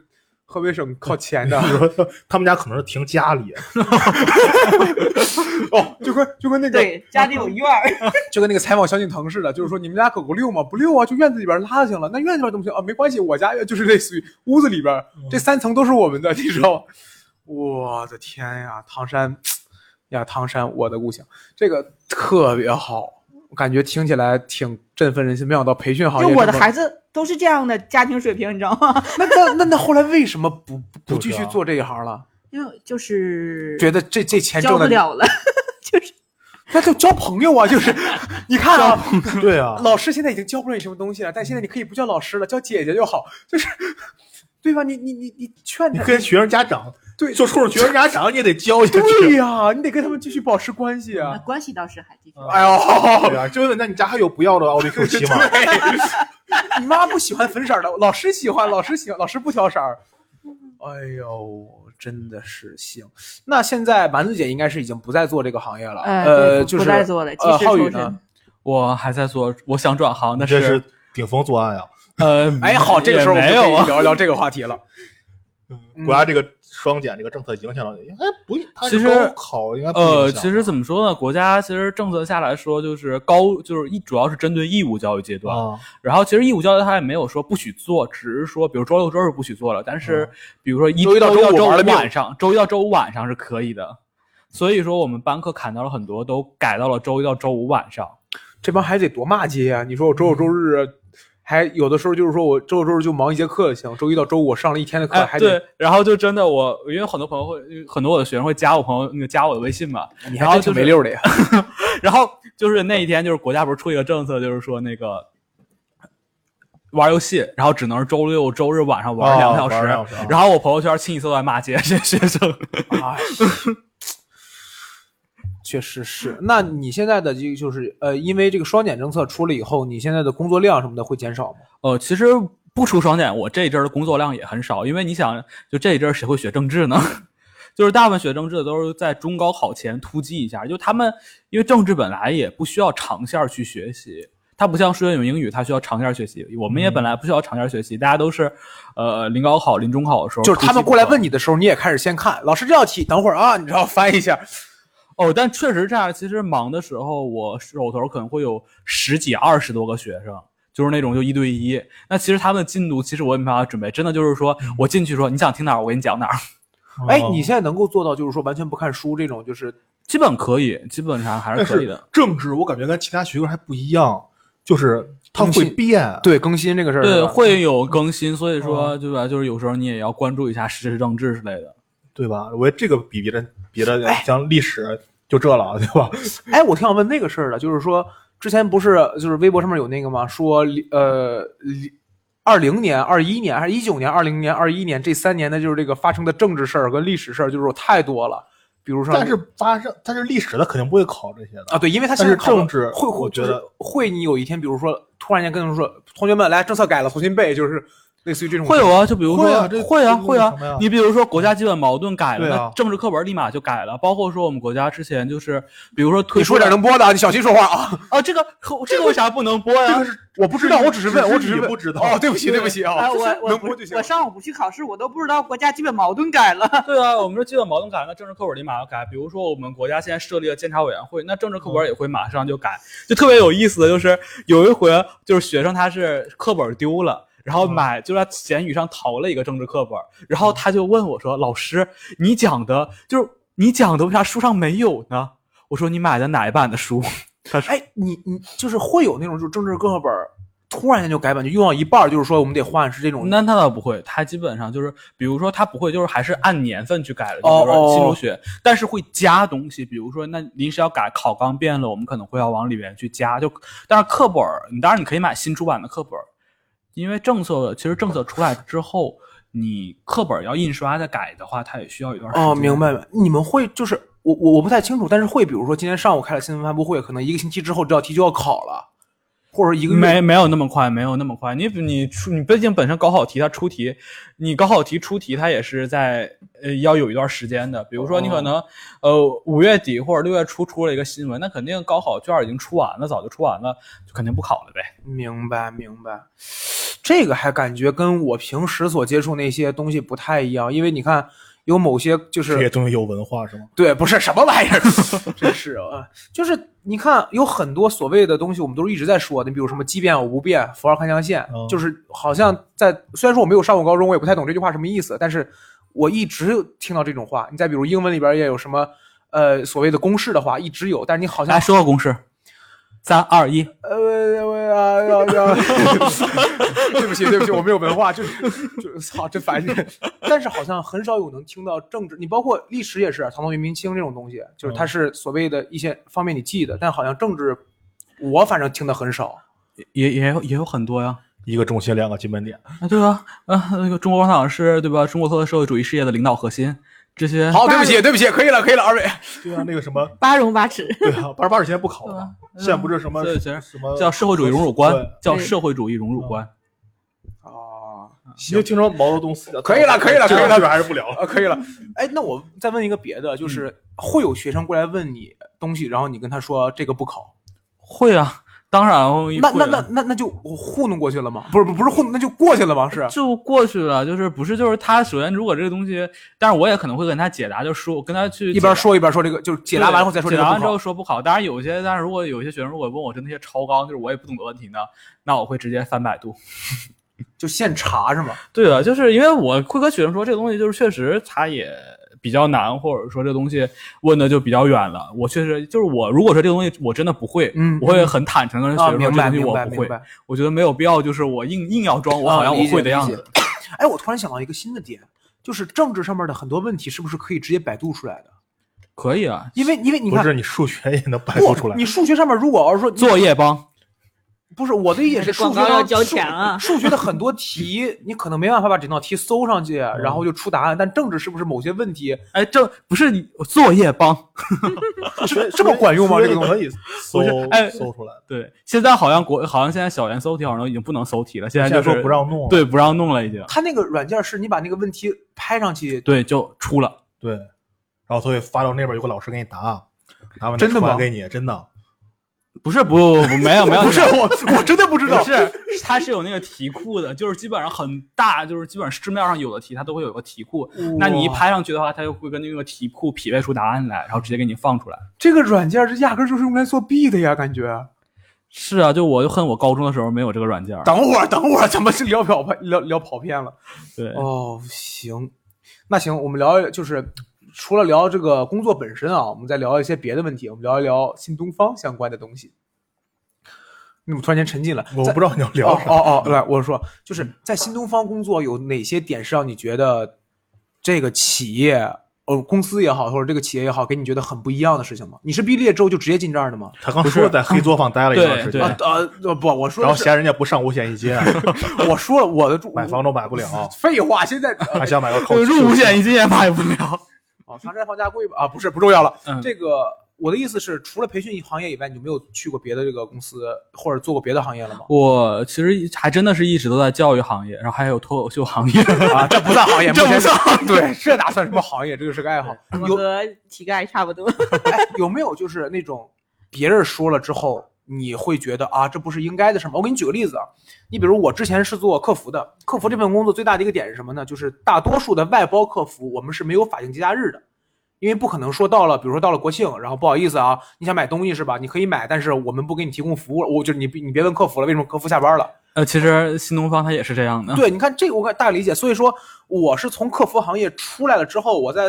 河北省靠前的你说他他们家可能是停家里，哦， 就跟就跟那个对家里有院儿，就跟那个采访萧敬腾似的，就是说你们家狗狗遛吗？不遛啊，就院子里边拉就行了。那院子里边怎么行啊？没关系，我家就是类似于屋子里边这三层都是我们的，你知道吗？我的天呀，唐山呀，唐山，我的故乡，这个特别好，我感觉听起来挺振奋人心。没想到培训行就业我这的么孩子都是这样的家庭水平，你知道吗？那那那那后来为什么不不不就继是续啊做这一行了？因为就是觉得这这钱交挣不的了了，那就交朋友啊，就是 你看啊，对啊，老师现在已经教不了你什么东西了，但现在你可以不叫老师了，叫姐姐就好， 就是对吧？你你你你劝你他，跟学生家长对做冲着学生家长你也得教下对去。呀、你得跟他们继续保持关系啊。 关系倒是还继续。哎呦， 对啊，就问那你家还有不要的奥迪 Q 七吗？你妈不喜欢粉色的，老师喜欢，老师喜欢，老师不挑色儿。哎呦，真的是行。那现在蛮子姐应该是已经不再做这个行业了，哎对呃，不就是不再做了及呃，时浩宇抽身呢？我还在做，我想转行，但这是顶风作案呀！啊呃，哎，好，这个时候我也们没就可以有啊。聊一聊这个话题了。嗯呃国家这个双减这个政策影响到你，应该不，它是其实高考应该不影响呃，其实怎么说呢？国家其实政策下来说，就是高，就是一主要是针对义务教育阶哦段。啊，然后其实义务教育它也没有说不许做，只是说比如周六周日不许做了，但是比如说一哦周一到周周五五玩了命晚上，周一到周五晚上是可以的。所以说我们班课砍掉了很多，都改到了周一到周五晚上。这帮孩子得多骂街啊！你说我周六嗯周日，还有的时候就是说我周六周日就忙一节课就行，周一到周五我上了一天的课，还哎，得对，然后就真的我，因为很多朋友会，很多我的学生会加我朋友那个加我的微信嘛，你然还后真就挺是没溜的呀。 然后就是那一天，就是国家不是出一个政策，就是说那个玩游戏，然后只能是周六周日晚上玩两个小时。哦玩两个小时然后我朋友圈清一色都在骂街 这些学生。哎，确实是。那你现在的这个就是呃，因为这个双减政策出了以后，你现在的工作量什么的会减少吗？呃，其实不出双减，我这一阵儿的工作量也很少，因为你想，就这一阵儿谁会学政治呢？ 就是大部分学政治的都是在中高考前突击一下，就他们因为政治本来也不需要长线儿去学习，它不像数学、英语，它需要长线儿学习。我们也嗯本来不需要长线儿学习，大家都是呃临高考、临中考的时候突就是击补课，他们过来问你的时候，你也开始先看老师这道题，等会儿啊，你知道翻一下。哦，但确实这样。其实忙的时候，我手头可能会有十几、二十多个学生，就是那种就一对一。那其实他们的进度，其实我也没办法准备。真的就是说嗯我进去说你想听哪儿，我给你讲哪儿，哎，你现在能够做到就是说完全不看书这种，就是基本可以，基本上还是但可以的是。政治我感觉跟其他学科还不一样，就是它更会新变。对更新这个事儿，对，是吧会有更新，所以哦说对吧？就是有时候你也要关注一下时事政治之类的。对吧？我觉得这个比别的别的像历史就这了，对吧？哎，我挺想问那个事儿的，就是说之前不是就是微博上面有那个吗？说呃，二零年、二一年还是一九年、二零年、二一年这三年的，就是这个发生的政治事儿跟历史事儿，就是有太多了。比如说，但是发生，但是历史的肯定不会考这些的啊，对，因为他现但在是讨论政治会会我觉就是得会，你有一天比如说突然间跟他们说，同学们来政策改了，重新背，就是类似于这种会有啊，就比如嗯说会啊这会啊这会啊这是什么呀你比如说国家基本矛盾改了，对啊那政治课本立马就改了，包括说我们国家之前就是，比如说推你出说了点能播的，啊，你小心说话啊！啊，这个这个为啥不能播呀？是我不知道，我只是问，我只你问，不知道。哦，对不起，对不起啊！啊，我我能不播就行我。上午不去考试，我都不知道国家基本矛盾改了。 对啊，我们这基本矛盾改，那政治课本立马要改。比如说，我们国家现在设立了监察委员会，那政治课本也会马上就改。就特别有意思的就是，有一回就是学生他是课本丢了。然后买就在闲鱼上淘了一个政治课本，然后他就问我说：“老师，你讲的就是你讲的为啥书上没有呢？”我说：“你买的哪一版的书？”他说：“哎，你你就是会有那种就是政治课本儿突然间就改版，就用到一半儿，就是说我们得换，是这种。那他倒不会，他基本上就是，比如说他不会，就是还是按年份去改了，就哦比如说新哦中学，但是会加东西，比如说那临时要改考纲变了，我们可能会要往里面去加。就但是课本儿，你当然你可以买新出版的课本儿，因为政策其实政策出来之后，你课本儿要印刷再改的话，它也需要一段时间。哦，明白。了，你们会就是我我我不太清楚，但是会比如说今天上午开了新闻发布会，可能一个星期之后这道题就要考了，或者一个月没没有那么快，没有那么快。你你出你毕竟本身高考题它出题，你高考题出题它也是在呃要有一段时间的。比如说你可能、呃五月底或者六月初出了一个新闻，那肯定高考卷已经出完了，早就出完了，就肯定不考了呗。明白，明白。这个还感觉跟我平时所接触那些东西不太一样，因为你看，有某些就这些是东西有文化是吗？对，不是什么玩意儿， 真是啊，就是你看，有很多所谓的东西，我们都是一直在说的，你比如什么“奇变我无变，符号看象限”，嗯就是好像在虽然说我没有上过高中，我也不太懂这句话什么意思，但是我一直听到这种话。你再比如英文里边也有什么呃所谓的公式的话，一直有，但是你好像来说个公式，三二一，呃，我啊要 要，对不起对不起，我没有文化，就是就是操，真烦人。但是好像很少有能听到政治，你包括历史也是，唐宋元明清这种东西，就是它是所谓的一些方面你记的，但好像政治，我反正听的很 少。也也有也有很多呀。一个中心，两个基本点。啊，对啊，啊，那个中国共产党是对吧？中国特色社会主义事业的领导核心，这些好，对不起对不起，可以了可以了，二位。对啊，那个什么，八荣八耻，对啊，八十八之前不考了，现在不是什么对行什么叫社会主义荣辱观对，叫社会主义荣辱观。啊你就听说毛泽东思想可以了可以了这个可以了这个还是不聊了。啊，可以了。哎，那我再问一个别的，就是会有学生过来问你东西，然后你跟他说这个不考，会啊，当然会那那啊那那那就糊弄过去了吗？不是不是不是糊弄，那就过去了吗？是。 就过去了，就是不是就是他首先如果这个东西，但是我也可能会跟他解答，就说跟他去一边说一边说这个，就是解解答答完后再说这解个答不完之后好。说不好。当然有些，但是如果有些学生如果问我真的一些超纲，就是我也不懂的问题呢，那我会直接翻百度。就现查是吗？对的，就是因为我会跟学生说这个东西就是确实它也比较难，或者说这东西问的就比较远了。我确实就是我如果说这个东西我真的不会，嗯我会很坦诚地跟学啊，生说明这白东西明我白不明会，白。我觉得没有必要，就是我硬硬要装我好像我会的样啊。子。理解理解 哎，我突然想到一个新的点，就是政治上面的很多问题是不是可以直接百度出来的？可以啊，因为因为你不看是，你数学也能百不度出来你。数学上面如果要是说作业帮。不是我的理解是这数广学告要上交数钱啊 数学的很多题你可能没办法把整道题搜上去，然后就出答案。但政治是不是某些问题哎，这不是你作业帮。这这么管用吗？数这学个东你可西以搜不是哎搜出来的。对，现在好像国好像现在小猿搜题好像已经不能搜题了，现在现在就说是不让弄了啊对，不让弄了已经。它那个软件是你把那个问题拍上去，对，就出了。对，啊然后他会发到那边有个老师给你答，答完再真的吗传给你，真的。不是不不不没有没有不是我，我真的不知道不。是，它是有那个题库的，就是基本上很大，就是基本上市面上有的题它都会有个题库。那你一哇拍上去的话，它就会根据那个题库匹配出答案来，然后直接给你放出来。这个软件儿，这压根儿就是用来作弊的呀，感觉。是啊，就我就恨我高中的时候没有这个软件儿。等会儿，等会儿，咱们是聊跑偏，聊聊跑偏了。对，哦，行，那行，我们聊一就是除了聊这个工作本身啊，我们再聊一些别的问题，我们聊一聊新东方相关的东西。你怎么突然间沉浸了？我在不知道你要聊哦啥。哦哦，来，我说就是在新东方工作有哪些点是让你觉得这个企业，呃，公司也好，或者这个企业也好，给你觉得很不一样的事情吗？你是毕业之后就直接进这儿的吗？他刚说在黑作坊待了一段时对间，啊呃不，我说然的后是嫌人家不上五险一金，啊 我说了我的住买房都买不了， 废话，现在 还想买 个口入五险一金也买不了。啊，唐啊山房价贵吧？啊，不是，不重要了。嗯？这个我的意思是，除了培训行业以外，你有没有去过别的这个公司或者做过别的行业了吗我其实还真的是一直都在教育行业，然后还有脱口秀行业。 啊， 这不算行业，这不算算。对，这哪算什么行业？这就是个爱好。我有和乞丐差不多。哎，有没有就是那种别人说了之后，你会觉得啊，这不是应该的事吗？我给你举个例子啊，你比如我之前是做客服的，客服这份工作最大的一个点是什么呢？就是大多数的外包客服，我们是没有法定节假日的。因为不可能说到了，比如说到了国庆，然后不好意思啊，你想买东西是吧？你可以买，但是我们不给你提供服务，我就是你别你别问客服了，为什么客服下班了？呃，其实新东方它也是这样的。对，你看这个我大概理解。所以说，我是从客服行业出来了之后，我在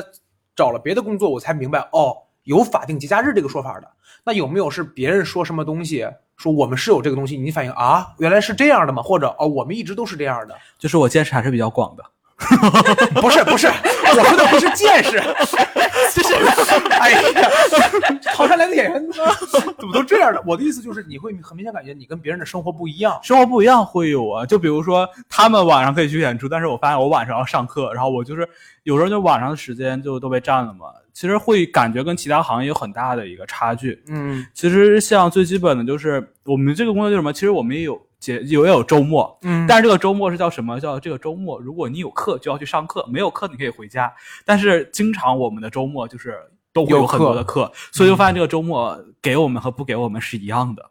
找了别的工作，我才明白哦，有法定节假日这个说法的。那有没有是别人说什么东西，说我们是有这个东西，你反应啊，原来是这样的吗？或者哦，我们一直都是这样的？ 就是我见识还是比较广的。不是不是，我说的不是见识， 就是哎呀，好山来的演员怎么都这样的？我的意思就是，你会很明显感觉你跟别人的生活不一样。生活不一样会有啊，就比如说他们晚上可以去演出，但是我发现我晚上要上课，然后我就是有时候就晚上的时间就都被占了嘛。其实会感觉跟其他行业有很大的一个差距。嗯其实像最基本的就是我们这个工作就是什么，其实我们也有节有也有周末，嗯但是这个周末是叫什么？叫这个周末，如果你有课就要去上课，没有课你可以回家。但是经常我们的周末就是都会有很多的课，所嗯以就发现这个周末给我们和不给我们是一样的。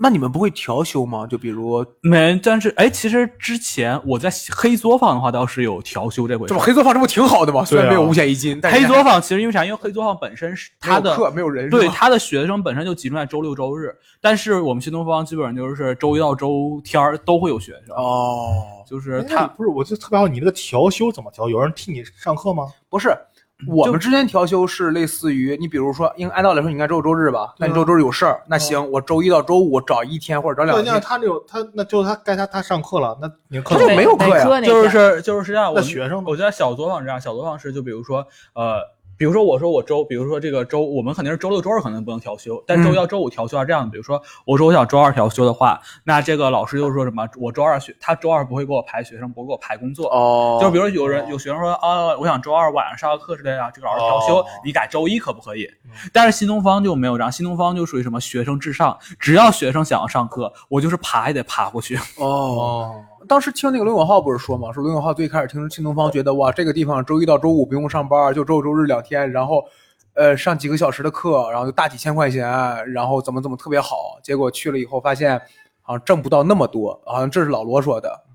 那你们不会调休吗？就比如没，但是哎，其实之前我在黑作坊的话倒是有调休这回这事不。黑作坊这不挺好的吗？虽然没有五险一金，但是啊黑作坊其实因为啥？因为黑作坊本身是没有它的课没有人，对是吧他的学生本身就集中在周六周日，但是我们新东方基本上就是周一到周天儿都会有学生，哦，就是他他不是，我就特别好奇，你那个调休怎么调？有人替你上课吗？不是。我们之间调休是类似于你，比如说，应按道理说你应该周六周日吧，那你啊周周日有事儿，那行，我周一到周五找一天或者找两对，那天，他那种他那就他该他他上课了，那你的课他就怎么没有课呀本科那就天是就是是这样。我那们学生呢我觉得小作坊是这样，小作坊是就比如说呃，比如说我说我周，比如说这个周，我们肯定是周六周日可能不能调休，但嗯周一到周五调休啊这样的。比如说我说我想周二调休的话，那这个老师就说什么，我周二学，他周二不会给我排学生，不会给我排工作。哦就比如有人有学生说啊，我想周二晚上上个课之类的，这个老师调休哦，嗯你改周一可不可以？但是新东方就没有这样，新东方就属于什么学生至上，只要学生想要上课，我就是爬也得爬过去。哦。哦，当时听那个罗永浩不是说嘛，说罗永浩最开始听新东方觉得哇，这个地方周一到周五不用上班，就周六周日两天，然后，呃，上几个小时的课，然后就大几千块钱，然后怎么怎么特别好。结果去了以后发现，好像挣不到那么多，好像这是老罗说的。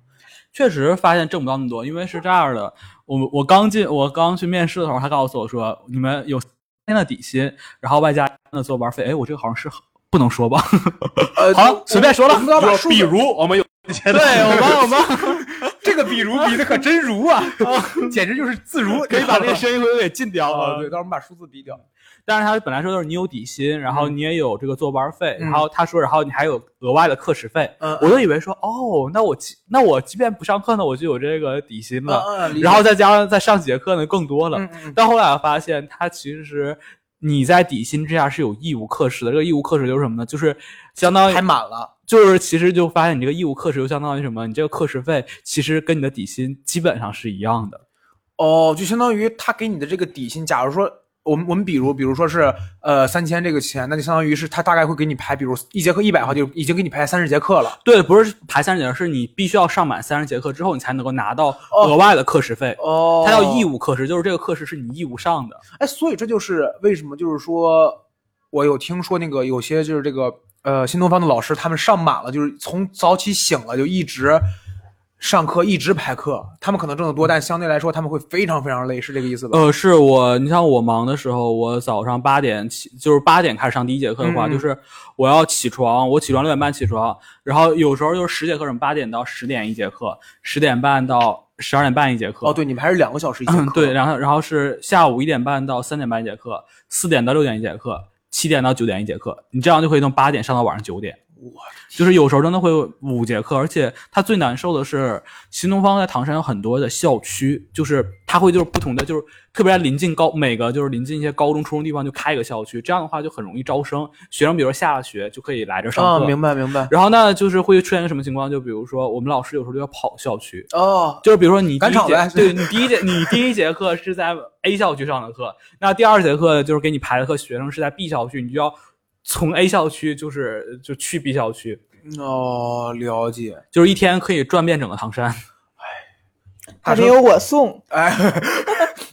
确实发现挣不到那么多，因为是这样的，我我刚进我刚去面试的时候，他告诉我说你们有三天的底薪，然后外加那作班费，哎，我这个好像是不能说吧？呃，好随便说了我们不要把数字比如我们有，对，们我们 这个比如比的可真如啊，哦简直就是自如。可以把这个声音会给禁掉啊，了。对，到时候我们把数字比掉。哦但是他本来说就是你有底薪，然后你也有这个坐班费，嗯然后他说，然后你还有额外的课时费，嗯我就以为说哦，那我即那我即便不上课呢，我就有这个底薪了，嗯然后再加上再上几节课呢更多了。嗯嗯但后来我发现，他其实你在底薪之下是有义务课时的，这个义务课时就是什么呢？就是相当于还满了。就是其实就发现你这个义务课时就相当于什么？你这个课时费其实跟你的底薪基本上是一样的。哦，就相当于他给你的这个底薪，假如说我们我们比如比如说是呃三千这个钱，那就相当于是他大概会给你排，比如一节课一百号，就已经给你排三十节课了。对，不是排三十节课，是你必须要上满三十节课之后，你才能够拿到额外的课时费。哦它叫义务。务课时，就是这个课时是你义务上的。哎，所以这就是为什么就是说。我有听说那个有些就是这个呃新东方的老师，他们上满了，就是从早起醒了就一直上课，一直排课。他们可能挣得多，但相对来说他们会非常非常累，是这个意思吧？呃，是我，你像我忙的时候，我早上八点起，就是八点开始上第一节课的话，嗯嗯就是我要起床，我起床六点半起床，然后有时候就是十节课，什么八点到十点一节课，十点半到十二点半一节课。哦，对，你们还是嗯两个小时一节课。嗯对，然后然后是下午一点半到三点半一节课，四点到六点一节课，七点到九点一节课，你这样就可以从八点上到晚上九点。我就是有时候真的会有五节课，而且它最难受的是，新东方在唐山有很多的校区，就是它会就是不同的，就是特别在临近高每个就是临近一些高中、初中地方就开一个校区，这样的话就很容易招生，学生比如说下了学就可以来这上啊，课。明白明白。然后呢，就是会出现一个什么情况？就比如说我们老师有时候就要跑校区，哦，就是比如说你第赶一场呗节，对你第一节，你第一节课是在 A 校区上的课，那第二节课就是给你排的课，学生是在 B 校区，你就要从 A 校区就是就去 B 校区，哦，了解。就是一天可以转遍整个唐山。他还说没有我送，哎，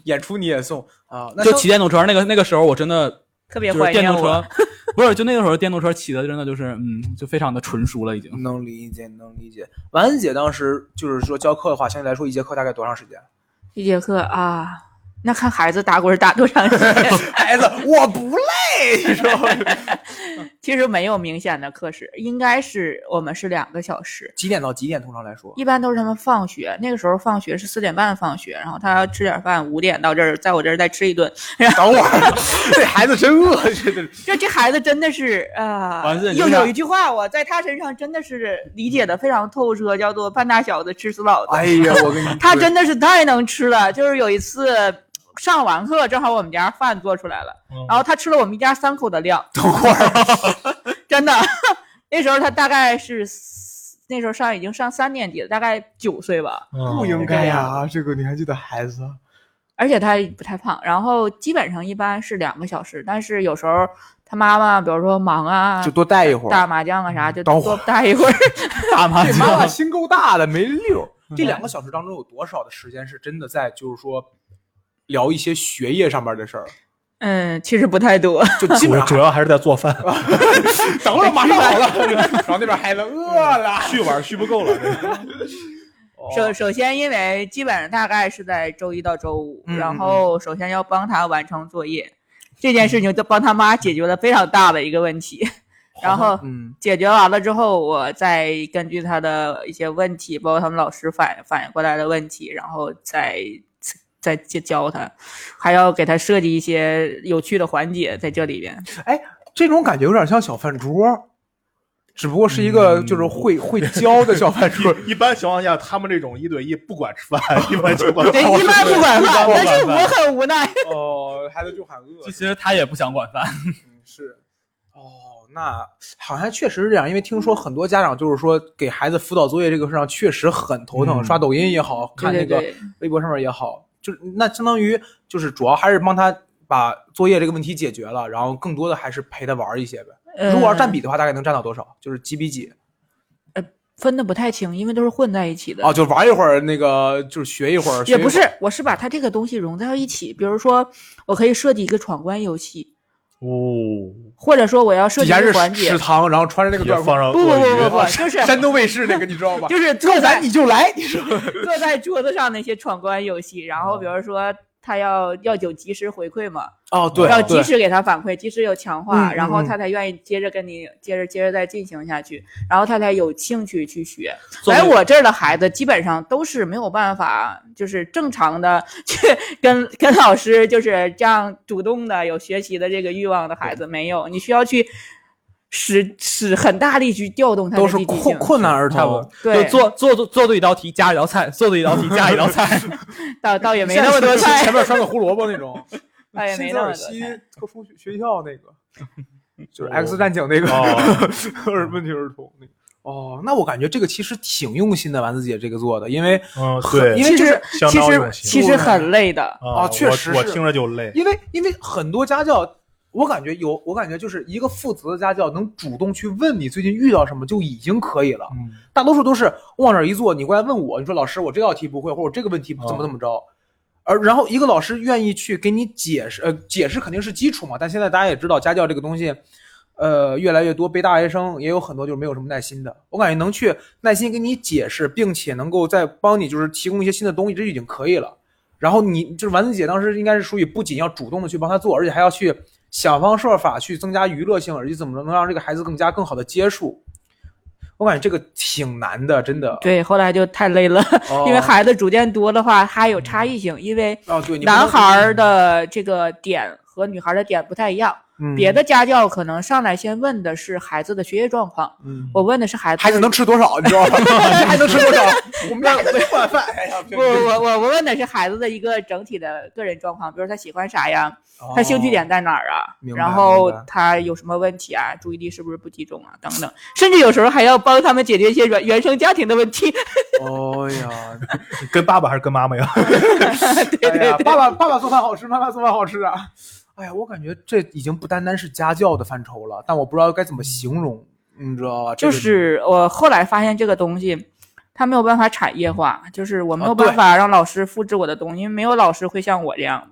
演出你也送啊？那就像骑电动车，那个那个时候我真的特别就是怀电念动车我。，不是就那个时候电动车骑的真的就是嗯，就非常的纯熟了已经。能理解，能理解。丸子姐当时就是说教课的话，相对来说一节课大概多长时间？啊一节课啊，那看孩子打滚打多长时 间。孩子，我不累，你说其实没有明显的课时，应该是我们是两个小时，几点到几点？通常来说，一般都是他们放学，那个时候放学是四点半放学，然后他吃点饭，五点到这儿，在我这儿再吃一顿。等会儿，这孩子真饿，这这 这这孩子真的是啊，完事你就又像有一句话，我在他身上真的是理解的非常透彻，叫做“半大小子吃死老子” 哎呀，我跟你他真的是太能吃了，就是有一次上完课，正好我们家饭做出来了，嗯然后他吃了我们一家三口的量， 等会儿， 真的。那时候他大概是四那时候上已经上三年级了，大概九岁吧，哦不应该该啊呀哎呀，这个年纪的孩子，而且他也不太胖，然后基本上一般是两个小时，但是有时候他妈妈比如说忙啊就，多待一会儿。嗯打麻将啊啥，就等会多儿待一 会儿。打麻这将，妈妈心够大嗯的，没溜儿。这两个小时当中有多少的时间是真的在就是说聊一些学业上面的事儿？嗯，其实不太多。就基主本上主要还是在做饭，等会儿马上 好了，然后那边孩子饿了， 续碗续不够了。 哦首首先，因为基本上大概是在周一到周五，嗯然嗯后首先要帮他完成作业，这件事情就帮他妈解决了非常大的一个问题。然后嗯，解决完了之后，我再根据他的一些问题，包括他们老师反反映过来的问题，然后再再再教他，还要给他设计一些有趣的环节在这里边。这种感觉有点像小饭桌，只不过是一嗯个就是会、会教的小饭 桌。一般情况下，他们这种一对一不管吃饭，一般情况对，一般不管饭，但是我很无奈。哦，孩子就喊饿就其实他也不想管饭。是。哦，那好像确实是这样，因为听说很多家长就是说给孩子辅导作业这个事上确实很头疼，嗯刷抖音也好看那对对个对，微博上面也好，就是那相当于就是主要还是帮他把作业这个问题解决了，然后更多的还是陪他玩儿一些呗。如果要是占嗯比的话，大概能占到多少？就是几比几？分的不太清，因为都是混在一起的。哦，就玩一会儿，那个就是学一会儿，学一也会儿不是，我是把它这个东西融到一起。比如说，我可以设计一个闯关游戏，哦，或者说我要设底计下一是个环节食。堂，然后穿着那个也短裤 放，上不不鳄不不不，鱼，啊就是山东卫视那个，你知 道吧？就是坐要在你就来，你说坐在桌子上那些闯关游戏，然后比如说。他要要有及时回馈嘛，哦，对，要及对，时给他反馈，及时有强化，嗯然后嗯他才愿意接着跟你接着接着再进行下去，然后他才有兴趣去学。作为来我这儿的孩子基本上都是没有办法，就是正常的去 跟跟老师就是这样主动的有学习的这个欲望的孩子没有，你需要去使使很大力去调动他的都是积极性困。困哦难儿差不童多，，对就做做做做对一道题加一道菜，做对一道题加一道菜。倒倒也没那么多菜， 前面拴个胡萝卜那种。倒也新没那泽么尔多西菜。特殊学学校那个，就是哦 X 战警那个 哦儿问题儿童那个。哦，那我感觉这个其实挺用心的，丸子姐这个做的，因为嗯，对，因为其这实是相其当实用心其实很累的，啊啊确我实我是听着就累。因为因为很多家教，我感觉有，我感觉就是一个负责的家教能主动去问你最近遇到什么就已经可以了。嗯，大多数都是往这儿一坐，你过来问我，你说老师我这道题不会，或者我这个问题啊怎么怎么着。而然后一个老师愿意去给你解释，呃，解释肯定是基础嘛，但现在大家也知道家教这个东西，呃，越来越多北大学生也有很多就是没有什么耐心的，我感觉能去耐心给你解释，并且能够再帮你就是提供一些新的东西，这就已经可以了。然后你就是丸子姐当时应该是属于不仅要主动的去帮他做，而且还要去想方设法去增加娱乐性，而且怎么能让这个孩子更加更好的接触。我感觉这个挺难的，真的。对，后来就太累了，哦因为孩子逐渐多的话，他有差异性，因为哦，对，你不能男孩儿的这个点和女孩儿的点不太一样。嗯别的家教可能上来先问的是孩子的学业状况，嗯我问的是孩子孩子能吃多少，你知道吗？ 孩子能吃多少？我们家晚饭，哎呀，不，我我我问的是孩子的一个整体的个人状况，比如他喜欢啥呀，他兴趣点在哪儿啊哦明，白然后明白他有什么问题啊，注意力是不是不集中啊，等等，甚至有时候还要帮他们解决一些原原生家庭的问题。哦。哦呀，跟爸爸还是跟妈妈呀？ 对对哎呀，对，爸爸爸爸做饭好吃，妈妈做饭好吃啊！哎呀，我感觉这已经不单单是家教的范畴了，但我不知道该怎么形容，你知道吧？这就个是我后来发现这个东西。它没有办法产业化，就是我没有啊对办法让老师复制我的东西，因为没有老师会像我这样。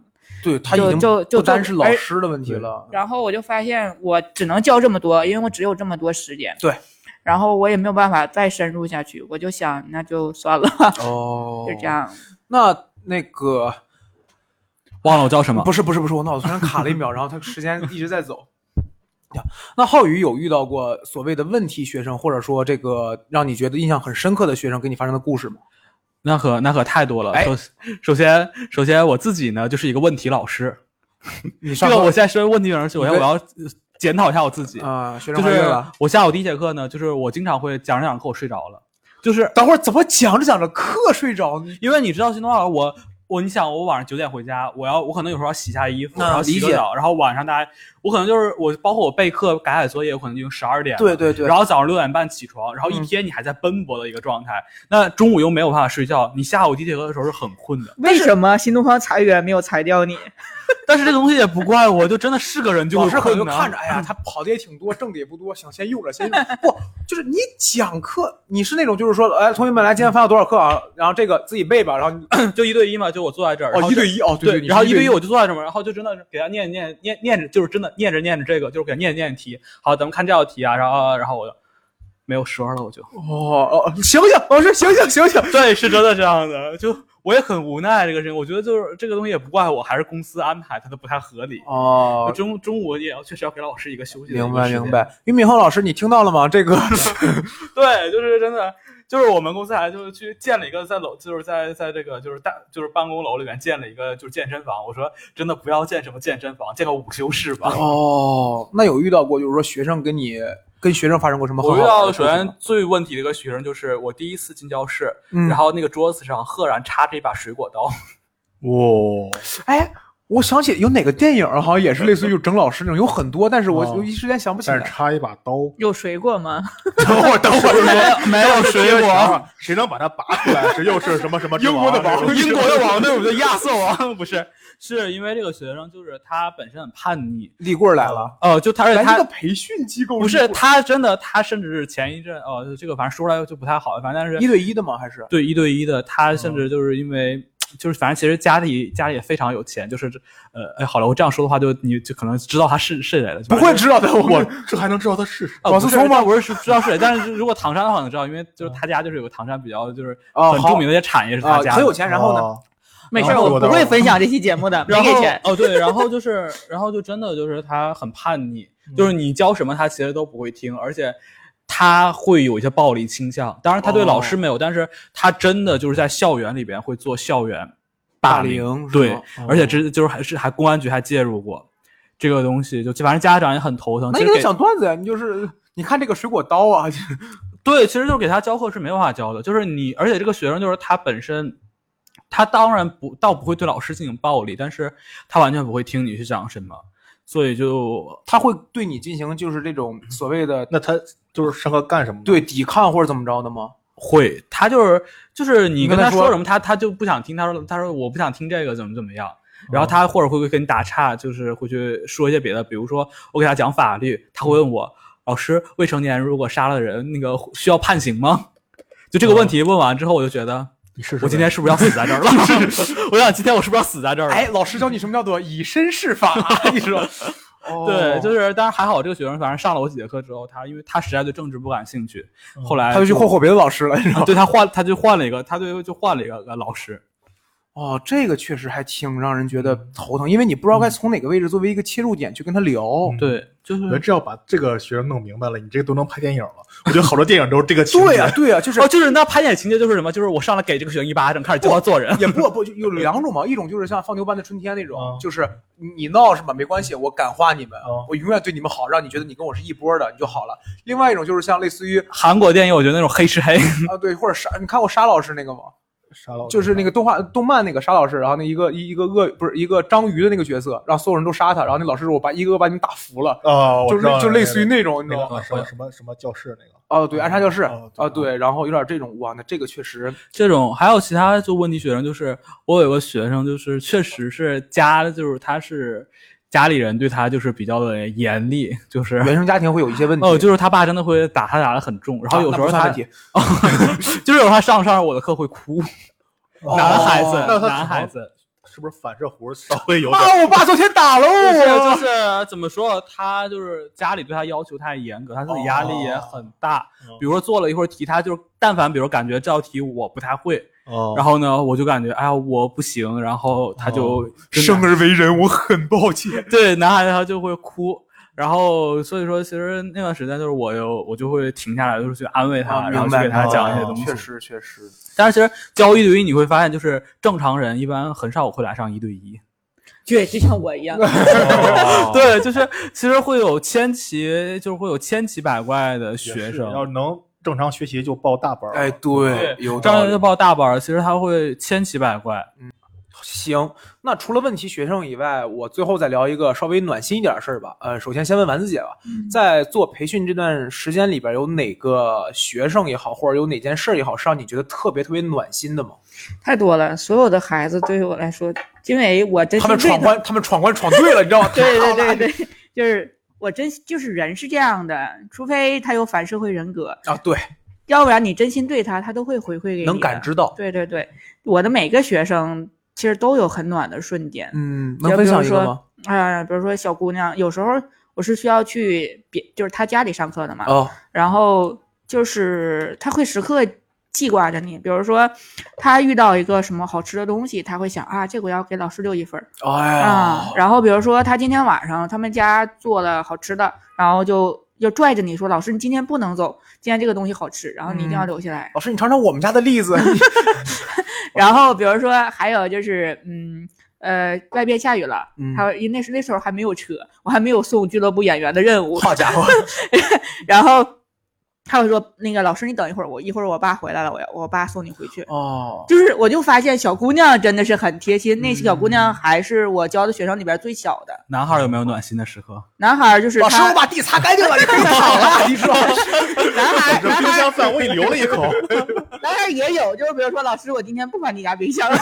对他已就经就就不单就是老而师的问题了。然后我就发现我只能教这么多，因为我只有这么多时间。对，然后我也没有办法再深入下去，我就想那就算了吧， 哦，就这。样。那那个忘了我叫什么。不是不是不是，我脑子突然卡了一秒，然后他时间一直在走。呀，那浩宇有遇到过所谓的问题学生，或者说这个让你觉得印象很深刻的学生给你发生的故事吗？那可那可太多了。哎首首先首先我自己呢就是一个问题老师，你这上个课我现在身为问题老师，首先你我跟要呃检讨一下我自己，啊、学就生还是有了。我下午第一节课呢，就是我经常会讲着讲着课我睡着了，就是等会儿怎么讲着讲着课睡着？你因为你知道新东方我。我你想，我晚上九点回家，我要我可能有时候要洗一下衣服，嗯然后洗理个解澡，然后晚上大家，我可能就是我包括我备课、改改作业，我可能已经十二点了，对对对，然后早上六点半起床，然后一嗯天你还在奔波的一个状态，那中午又没有办法睡觉，你下午第一节课的时候是很困的。为什么新东方裁员没有裁掉你？ 但是这东西也不怪我，就真的是个人就老会师可困能就呢看着，哎 呀，他跑的也挺多，挣的也不多，想先用着先用着。不，就是你讲课，你是那种就是说，哎，同学们来，今天翻了多少课啊？然后这个自己背吧，然后你就一对一嘛，就我坐在这儿，然哦后一就对一哦对对，你然后是一一对对一我就坐在这儿嘛，然后就真的是给他念念念念着，就是真的念着念着这个，就是给他念着念着题。好，咱们看这道题啊，然后然后我就没有说了，我就哦哦，醒醒，老师醒醒醒醒。对，是真的这样的， 就我也很无奈这个事情，我觉得就是这个东西也不怪我，还是公司安排它的不太合理。哦，中中午也要确实要给老师一个休息的一个明白时间明。白。俞敏洪老师，你听到了吗？这个对，就是真的，就是我们公司还就是去建了一个在楼，就是在在这个就是大就是办公楼里面建了一个就是健身房。我说真的不要建什么健身房，建个午休室吧。 哦，那有遇到过就是说学生跟你跟学生发生过什么很我好遇玩到的的事首情吗？先最问题的一个学生就是我第一次进教室，嗯然后那个桌子上赫然插着一把水果 刀，哇，哎，我想起有哪个电影儿好像也是类似于整老师那种，有很多，但是我哦我一时间想不起但来是。插一把刀，有水果吗？ 等会儿等会儿， 没有水果，，谁能把它拔出来？这又是什么什么之英国的这王，是英国的王对不对？亚瑟王 不是，是因为这个学生就是他本身很叛逆，立棍儿哦来了，呃，就他而且咱他这个培训机构不是立棍他真的，他甚至是前一阵哦，这个反正说出来就不太好，反正但儿一哦是对一的吗？还是对一对一的，他甚至就是因为、就是反正其实家里家里也非常有钱，就是这呃哎好了，我这样说的话就你就可能知道他是是谁了，就不会 知道的，我啊我这还能知道他是谁？呃王不思是聪吗但我是知道是谁，但是如果唐山的话能知道，因为就是他家就是有个唐山比较就是哦很好著名的一些产业是他啊家的、很有钱，然后呢？哦？没事然儿，后我我不的会分享这期节目的，没 然后给钱。哦，对，然后就是，然后就真的就是他很叛逆，嗯就是你教什么他其实都不会听，而且他会有一些暴力倾向。当然他对老哦师没有，但是他真的就是在校园里边会做校园霸霸凌是对吗，哦而且这就是还是还公安局还介入过这个东西，就反正家长也很头疼。那其你实给他给讲段子呀，你就是你看这个水果刀啊， 对，其实就是给他教课是没办法教的，就是你，而且这个学生就是他本身，他当然不倒不会对老师进行暴力，但是他完全不会听你去讲什么，所以就他会对你进行就是这种所谓的那他就是上课干什么？，对抵抗或者怎么着的吗？会，他就是就是你你跟跟他他说说什么，他他就不想听，他说他说我不想听这个，怎么怎么样。然后嗯他或者会会跟你打岔，就是会去说一些别的，比如说我给他讲法律，他会问我老师，未成年人如果杀了人，那个需要判刑吗？就这个问题问完之后，我就觉得你试试呗。我今天是不是要死在这儿 了？ 我想今天我是不是要死在这儿了？哎，老师教你什么叫做以身试法，啊你 说？哦对，就是，但是还好，这个学生反正上了我几节课之后，他因为他实在对政治不感兴趣，后来嗯他就去霍霍别的老师了，你知道吗？ 对他换，他就换了一个，他对就换了一个个老师。哦，这个确实还挺让人觉得头疼，因为你不知道该从哪个位置作为一个切入点去跟他聊。对，就我觉嗯得是这要把这个学生弄明白了，你这都能拍电影了。我觉得好多电影都是这个情节。 对呀、对呀、啊就是哦，就是那拍演情节就是什么？就是我上来给这个学生一巴掌，开始教他做人。 也不不就有两种嘛，一种就是像放牛班的春天那种，嗯就是你你闹是吧？没关系，我感化你们，嗯我永远对你们好，让你觉得你跟我是一波的，你就好了。另外一种就是像类似于韩国电影，我觉得那种黑吃黑，啊，对，或者沙，你看过沙老师那个吗？沙老师就是那个动画动漫那个沙老师，然后那一个一一个鳄不是一个章鱼的那个角色，让所有人都杀他，然后那老师说我把一个个把你们打服了，啊，我就知道类了就类似于那那啊种，你个知道那吗？个什么什么什么教室那个。哦，对，暗杀教室哦对啊，对，然后有点这种哇，那这个确实这种还有其他就问题学生，就是我有个学生，就是确实是家，就是他是家里人对他就是比较的严厉，就是原生家庭会有一些问题。哦，就是他爸真的会打他打的很重，然后啊有那不时候算他、问题 就是有时候他上上我的课会哭，男孩子，那他男孩怎子，是不是反射弧稍微 有点？哦啊，我爸昨天打了就是就我，是怎么说，他就是家里对他要求太严格，他自己压力也很大。哦比如说做了一会儿题，他就是但凡比如感觉这道题我不太会，哦然后呢我就感觉哎呀我不行，然后他就、真的哦生而为人，我很抱歉。对男孩子他就会哭。然后，所以说，其实那段时间就是我有我就会停下来，就是去安慰他，啊然后明去白给他明白讲一些哦东西。确实确实，但是其实教一对一，你会发现，就是正常人一般很少会来上一对一。对，就像我一样，对，对，就是其实会有千奇，就是会有千奇百怪的学 也是要生。是能正常学习就报大班儿。哎，对，有张道人理就。报大班儿，其实他会千奇百怪。行，那除了问题学生以外，我最后再聊一个稍微暖心一点的事儿吧。呃，首先先问丸子姐吧，在做培训这段时间里边，有哪个学生也好，或者有哪件事儿也好，是让你觉得特别特别暖心的吗？太多了。所有的孩子对于我来说，因为我真他是们为闯关，他们闯关闯对了，你知道吗？ 对对对对，就是我真就是人是这样的，除非他有反社会人格， 啊，对，要不然你真心对他，他都会回馈给你。能感。知到。对对对，我的每个学生其实都有很暖的瞬间。嗯，能分享一个吗？啊、比如说小姑娘，有时候我是需要去别，就是她家里上课的嘛，哦，然后就是她会时刻记挂着你。比如说，她遇到一个什么好吃的东西，她会想啊，这个我要给老师留一份儿哎啊、呀，然后比如说，她今天晚上他们家做了好吃的，然后就就拽着你说，老师你今天不能走，今天这个东西好吃，然后你一定嗯要留下来。老师，你尝尝我们家的栗子。然后比如说还有就是，嗯呃，外边下雨了， 嗯还有因为那时那时候还没有车，我还没有送俱乐部演员的任务，好家伙，然后他会说那个老师你等一会儿，我一会儿我爸回来了，我要我爸送你回去。哦，就是我就发现小姑娘真的是很贴心，那小姑嗯娘还是我教的学生里边最小的男孩儿有没有暖心的时刻？男孩，儿就是老师，他我把地擦干净了，你可以躺啊 了。你说，男我孩儿这男冰孩箱儿饭我给你留了一 口，男孩儿也有，就是比如说老师我今天不把你家冰箱了，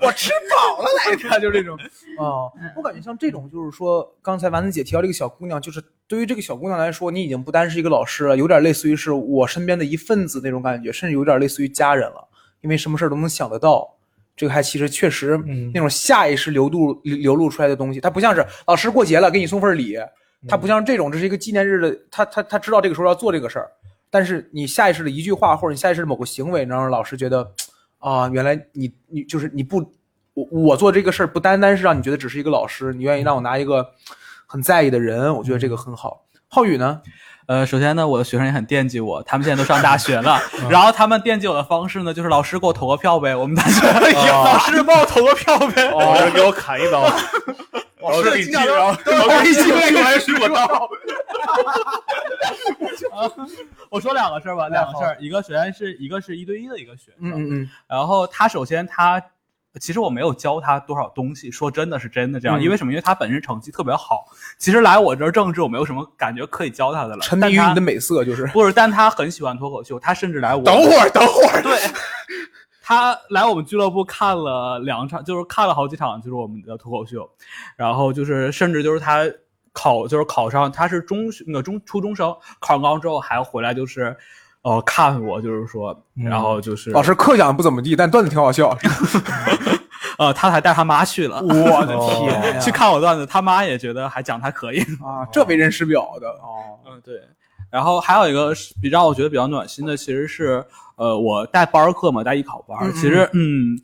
我吃饱了来着，就这种。哦，我感觉像这种，就是说，刚才丸子姐提到这个小姑娘，就是对于这个小姑娘来说，你已经不单是一个老师了，有点类似于是我身边的一份子那种感觉，甚至有点类似于家人了，因为什么事儿都能想得到。这个还其实确实嗯那种下意识流露流流露出来的东西，它不像是老师过节了给你送份礼，它不像这种，这是一个纪念日的，他他他知道这个时候要做这个事儿，但是你下意识的一句话或者你下意识的某个行为，能让老师觉得啊，原来你你就是你不，我我做这个事儿不单单是让你觉得只是一个老师，你愿意让我拿一个很在意的人，我觉得这个很好。浩宇呢？呃，首先呢，我的学生也很惦记我，他们现在都上大学 了，然后他们惦记我的方式呢，就是老师给我投个票呗，我们大学老 师帮我投个票呗。老哦师给我砍 一刀，老师给你记，然后老师给你寄完水果 刀。我说两个事儿吧，两个好事儿，一个首先是一个是一对一的一个学生，嗯嗯嗯，然后他首先他其实我没有教他多少东西，说真的是真的这样，嗯因为什么？因为他本身成绩特别好，其实来我这儿政治我没有什么感觉可以教他的了，沉迷但于他你的美色就是。不是，但他很喜欢脱口秀，他甚至来我等会儿，等会儿，对。他来我们俱乐部看了两场，就是看了好几场，就是我们的脱口秀，然后就是甚至就是他考就是考上，他是中学那个中初中生，考上高中之后还回来就是，呃看我，就是说，嗯然后就是老师课讲的不怎么地，但段子挺好笑。呃，他还带他妈去了，我的哦天呀 去看我段子，他妈也觉得还讲得还可以。啊，这为人师表的哦。嗯，对。然后还有一个是比让我觉得比较暖心的，其实是呃，我带班儿课嘛，带艺考班儿。嗯其实嗯，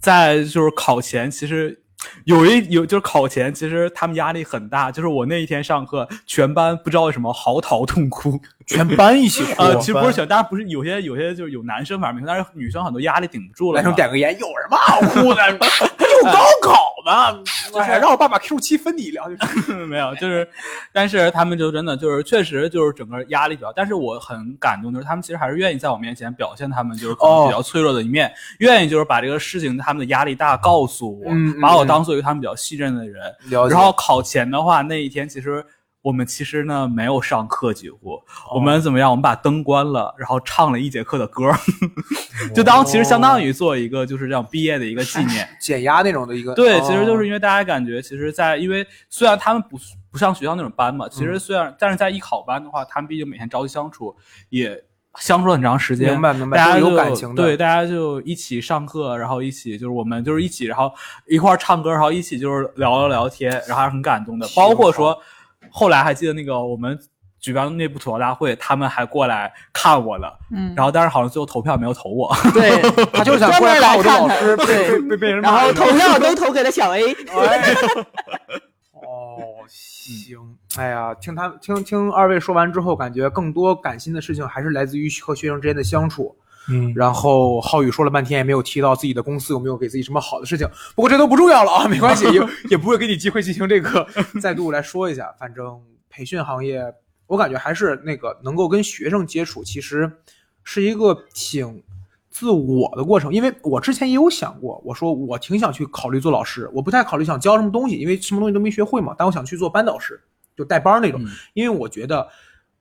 在就是考前，其实有一有就是考前，其实他们压力很大。就是我那一天上课，全班不知道为什么嚎啕 痛哭。全班一起呃，哇其实不是班全，当然不是有些有些就是有男生反正没哭，但是女生很多压力顶不住了嘛。 男生点个烟，有什么好 哭 的？又高考呢，哎呀，让我爸把 Q 七分你一聊就是。 没有，就是，但是他们就真的就是确实就是整个压力比较，但是我很感动，就是他们其实还是愿意在我面前表现他们就是可能比较脆弱的一面，愿意就是把这个事情他们的压力大告诉我，嗯嗯把我当做一个他们比较信任的人。了然后考前的话，那一天其实。我们其实呢没有上课，几乎、哦我们怎么样？我们把灯关了，然后唱了一节课的歌， 就当其实相哦当于做一个就是这样毕业的一个纪念。减压那种的一个，对，哦其实就是因为大家感觉，其实在，因为虽然他们不不上学校那种班嘛，嗯其实虽然、但是在艺考班的话，他们毕竟每天朝夕相处，也相处了很长时间，明白明白大家都是有就感情的对，大家就一起上课，然后一起就是我们就是一起，然后一块儿唱歌，然后一起就是聊了聊天，然后还是很感动的。包括说后来还记得那个我们举办内部吐槽大会，他们还过来看我了，嗯，然后但是好像最后投票没有投我。对， 他就是想过来看我的老师专门来看被他被被人 然骂后了投票都投给了小 A，哎哦，行，哎呀，听他听听二位说完之后，感觉更多感心的事情还是来自于和学生之间的相处。嗯，然后浩宇说了半天也没有提到自己的公司有没有给自己什么好的事情，不过这都不重要了啊，没关系，也也不会给你机会进行这个 再度来说一下。反正培训行业，我感觉还是那个能够跟学生接触，其实是一个挺自我的过程。因为我之前也有想过，我说我挺想去考虑做老师，我不太考虑想教什么东西，因为什么东西都没学会嘛。但我想去做班导师，就带班儿那种，嗯因为我觉得。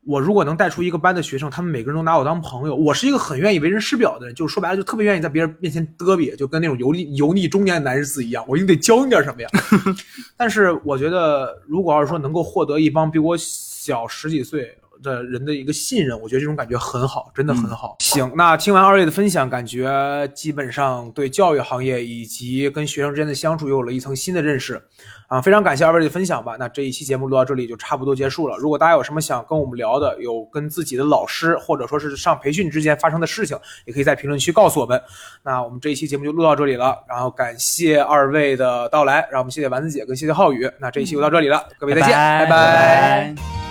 我如果能带出一个班的学生，他们每个人都拿我当朋友，我是一个很愿意为人师表的人，就是说白了，就特别愿意在别人面前嘚比，就跟那种油腻油腻中年男人子一样，我一定得教你点什么呀。但是我觉得，如果要是说能够获得一帮比我小十几岁的人的一个信任，我觉得这种感觉很好，真的很好。行，那听完二位的分享，感觉基本上对教育行业以及跟学生之间的相处又有了一层新的认识。啊，非常感谢二位的分享吧。那这一期节目录到这里就差不多结束了。如果大家有什么想跟我们聊的，有跟自己的老师或者说是上培训之间发生的事情，也可以在评论区告诉我们。那我们这一期节目就录到这里了，然后感谢二位的到来，让我们谢谢丸子姐跟谢谢浩宇。那这一期就到这里了，各位再见， 拜拜拜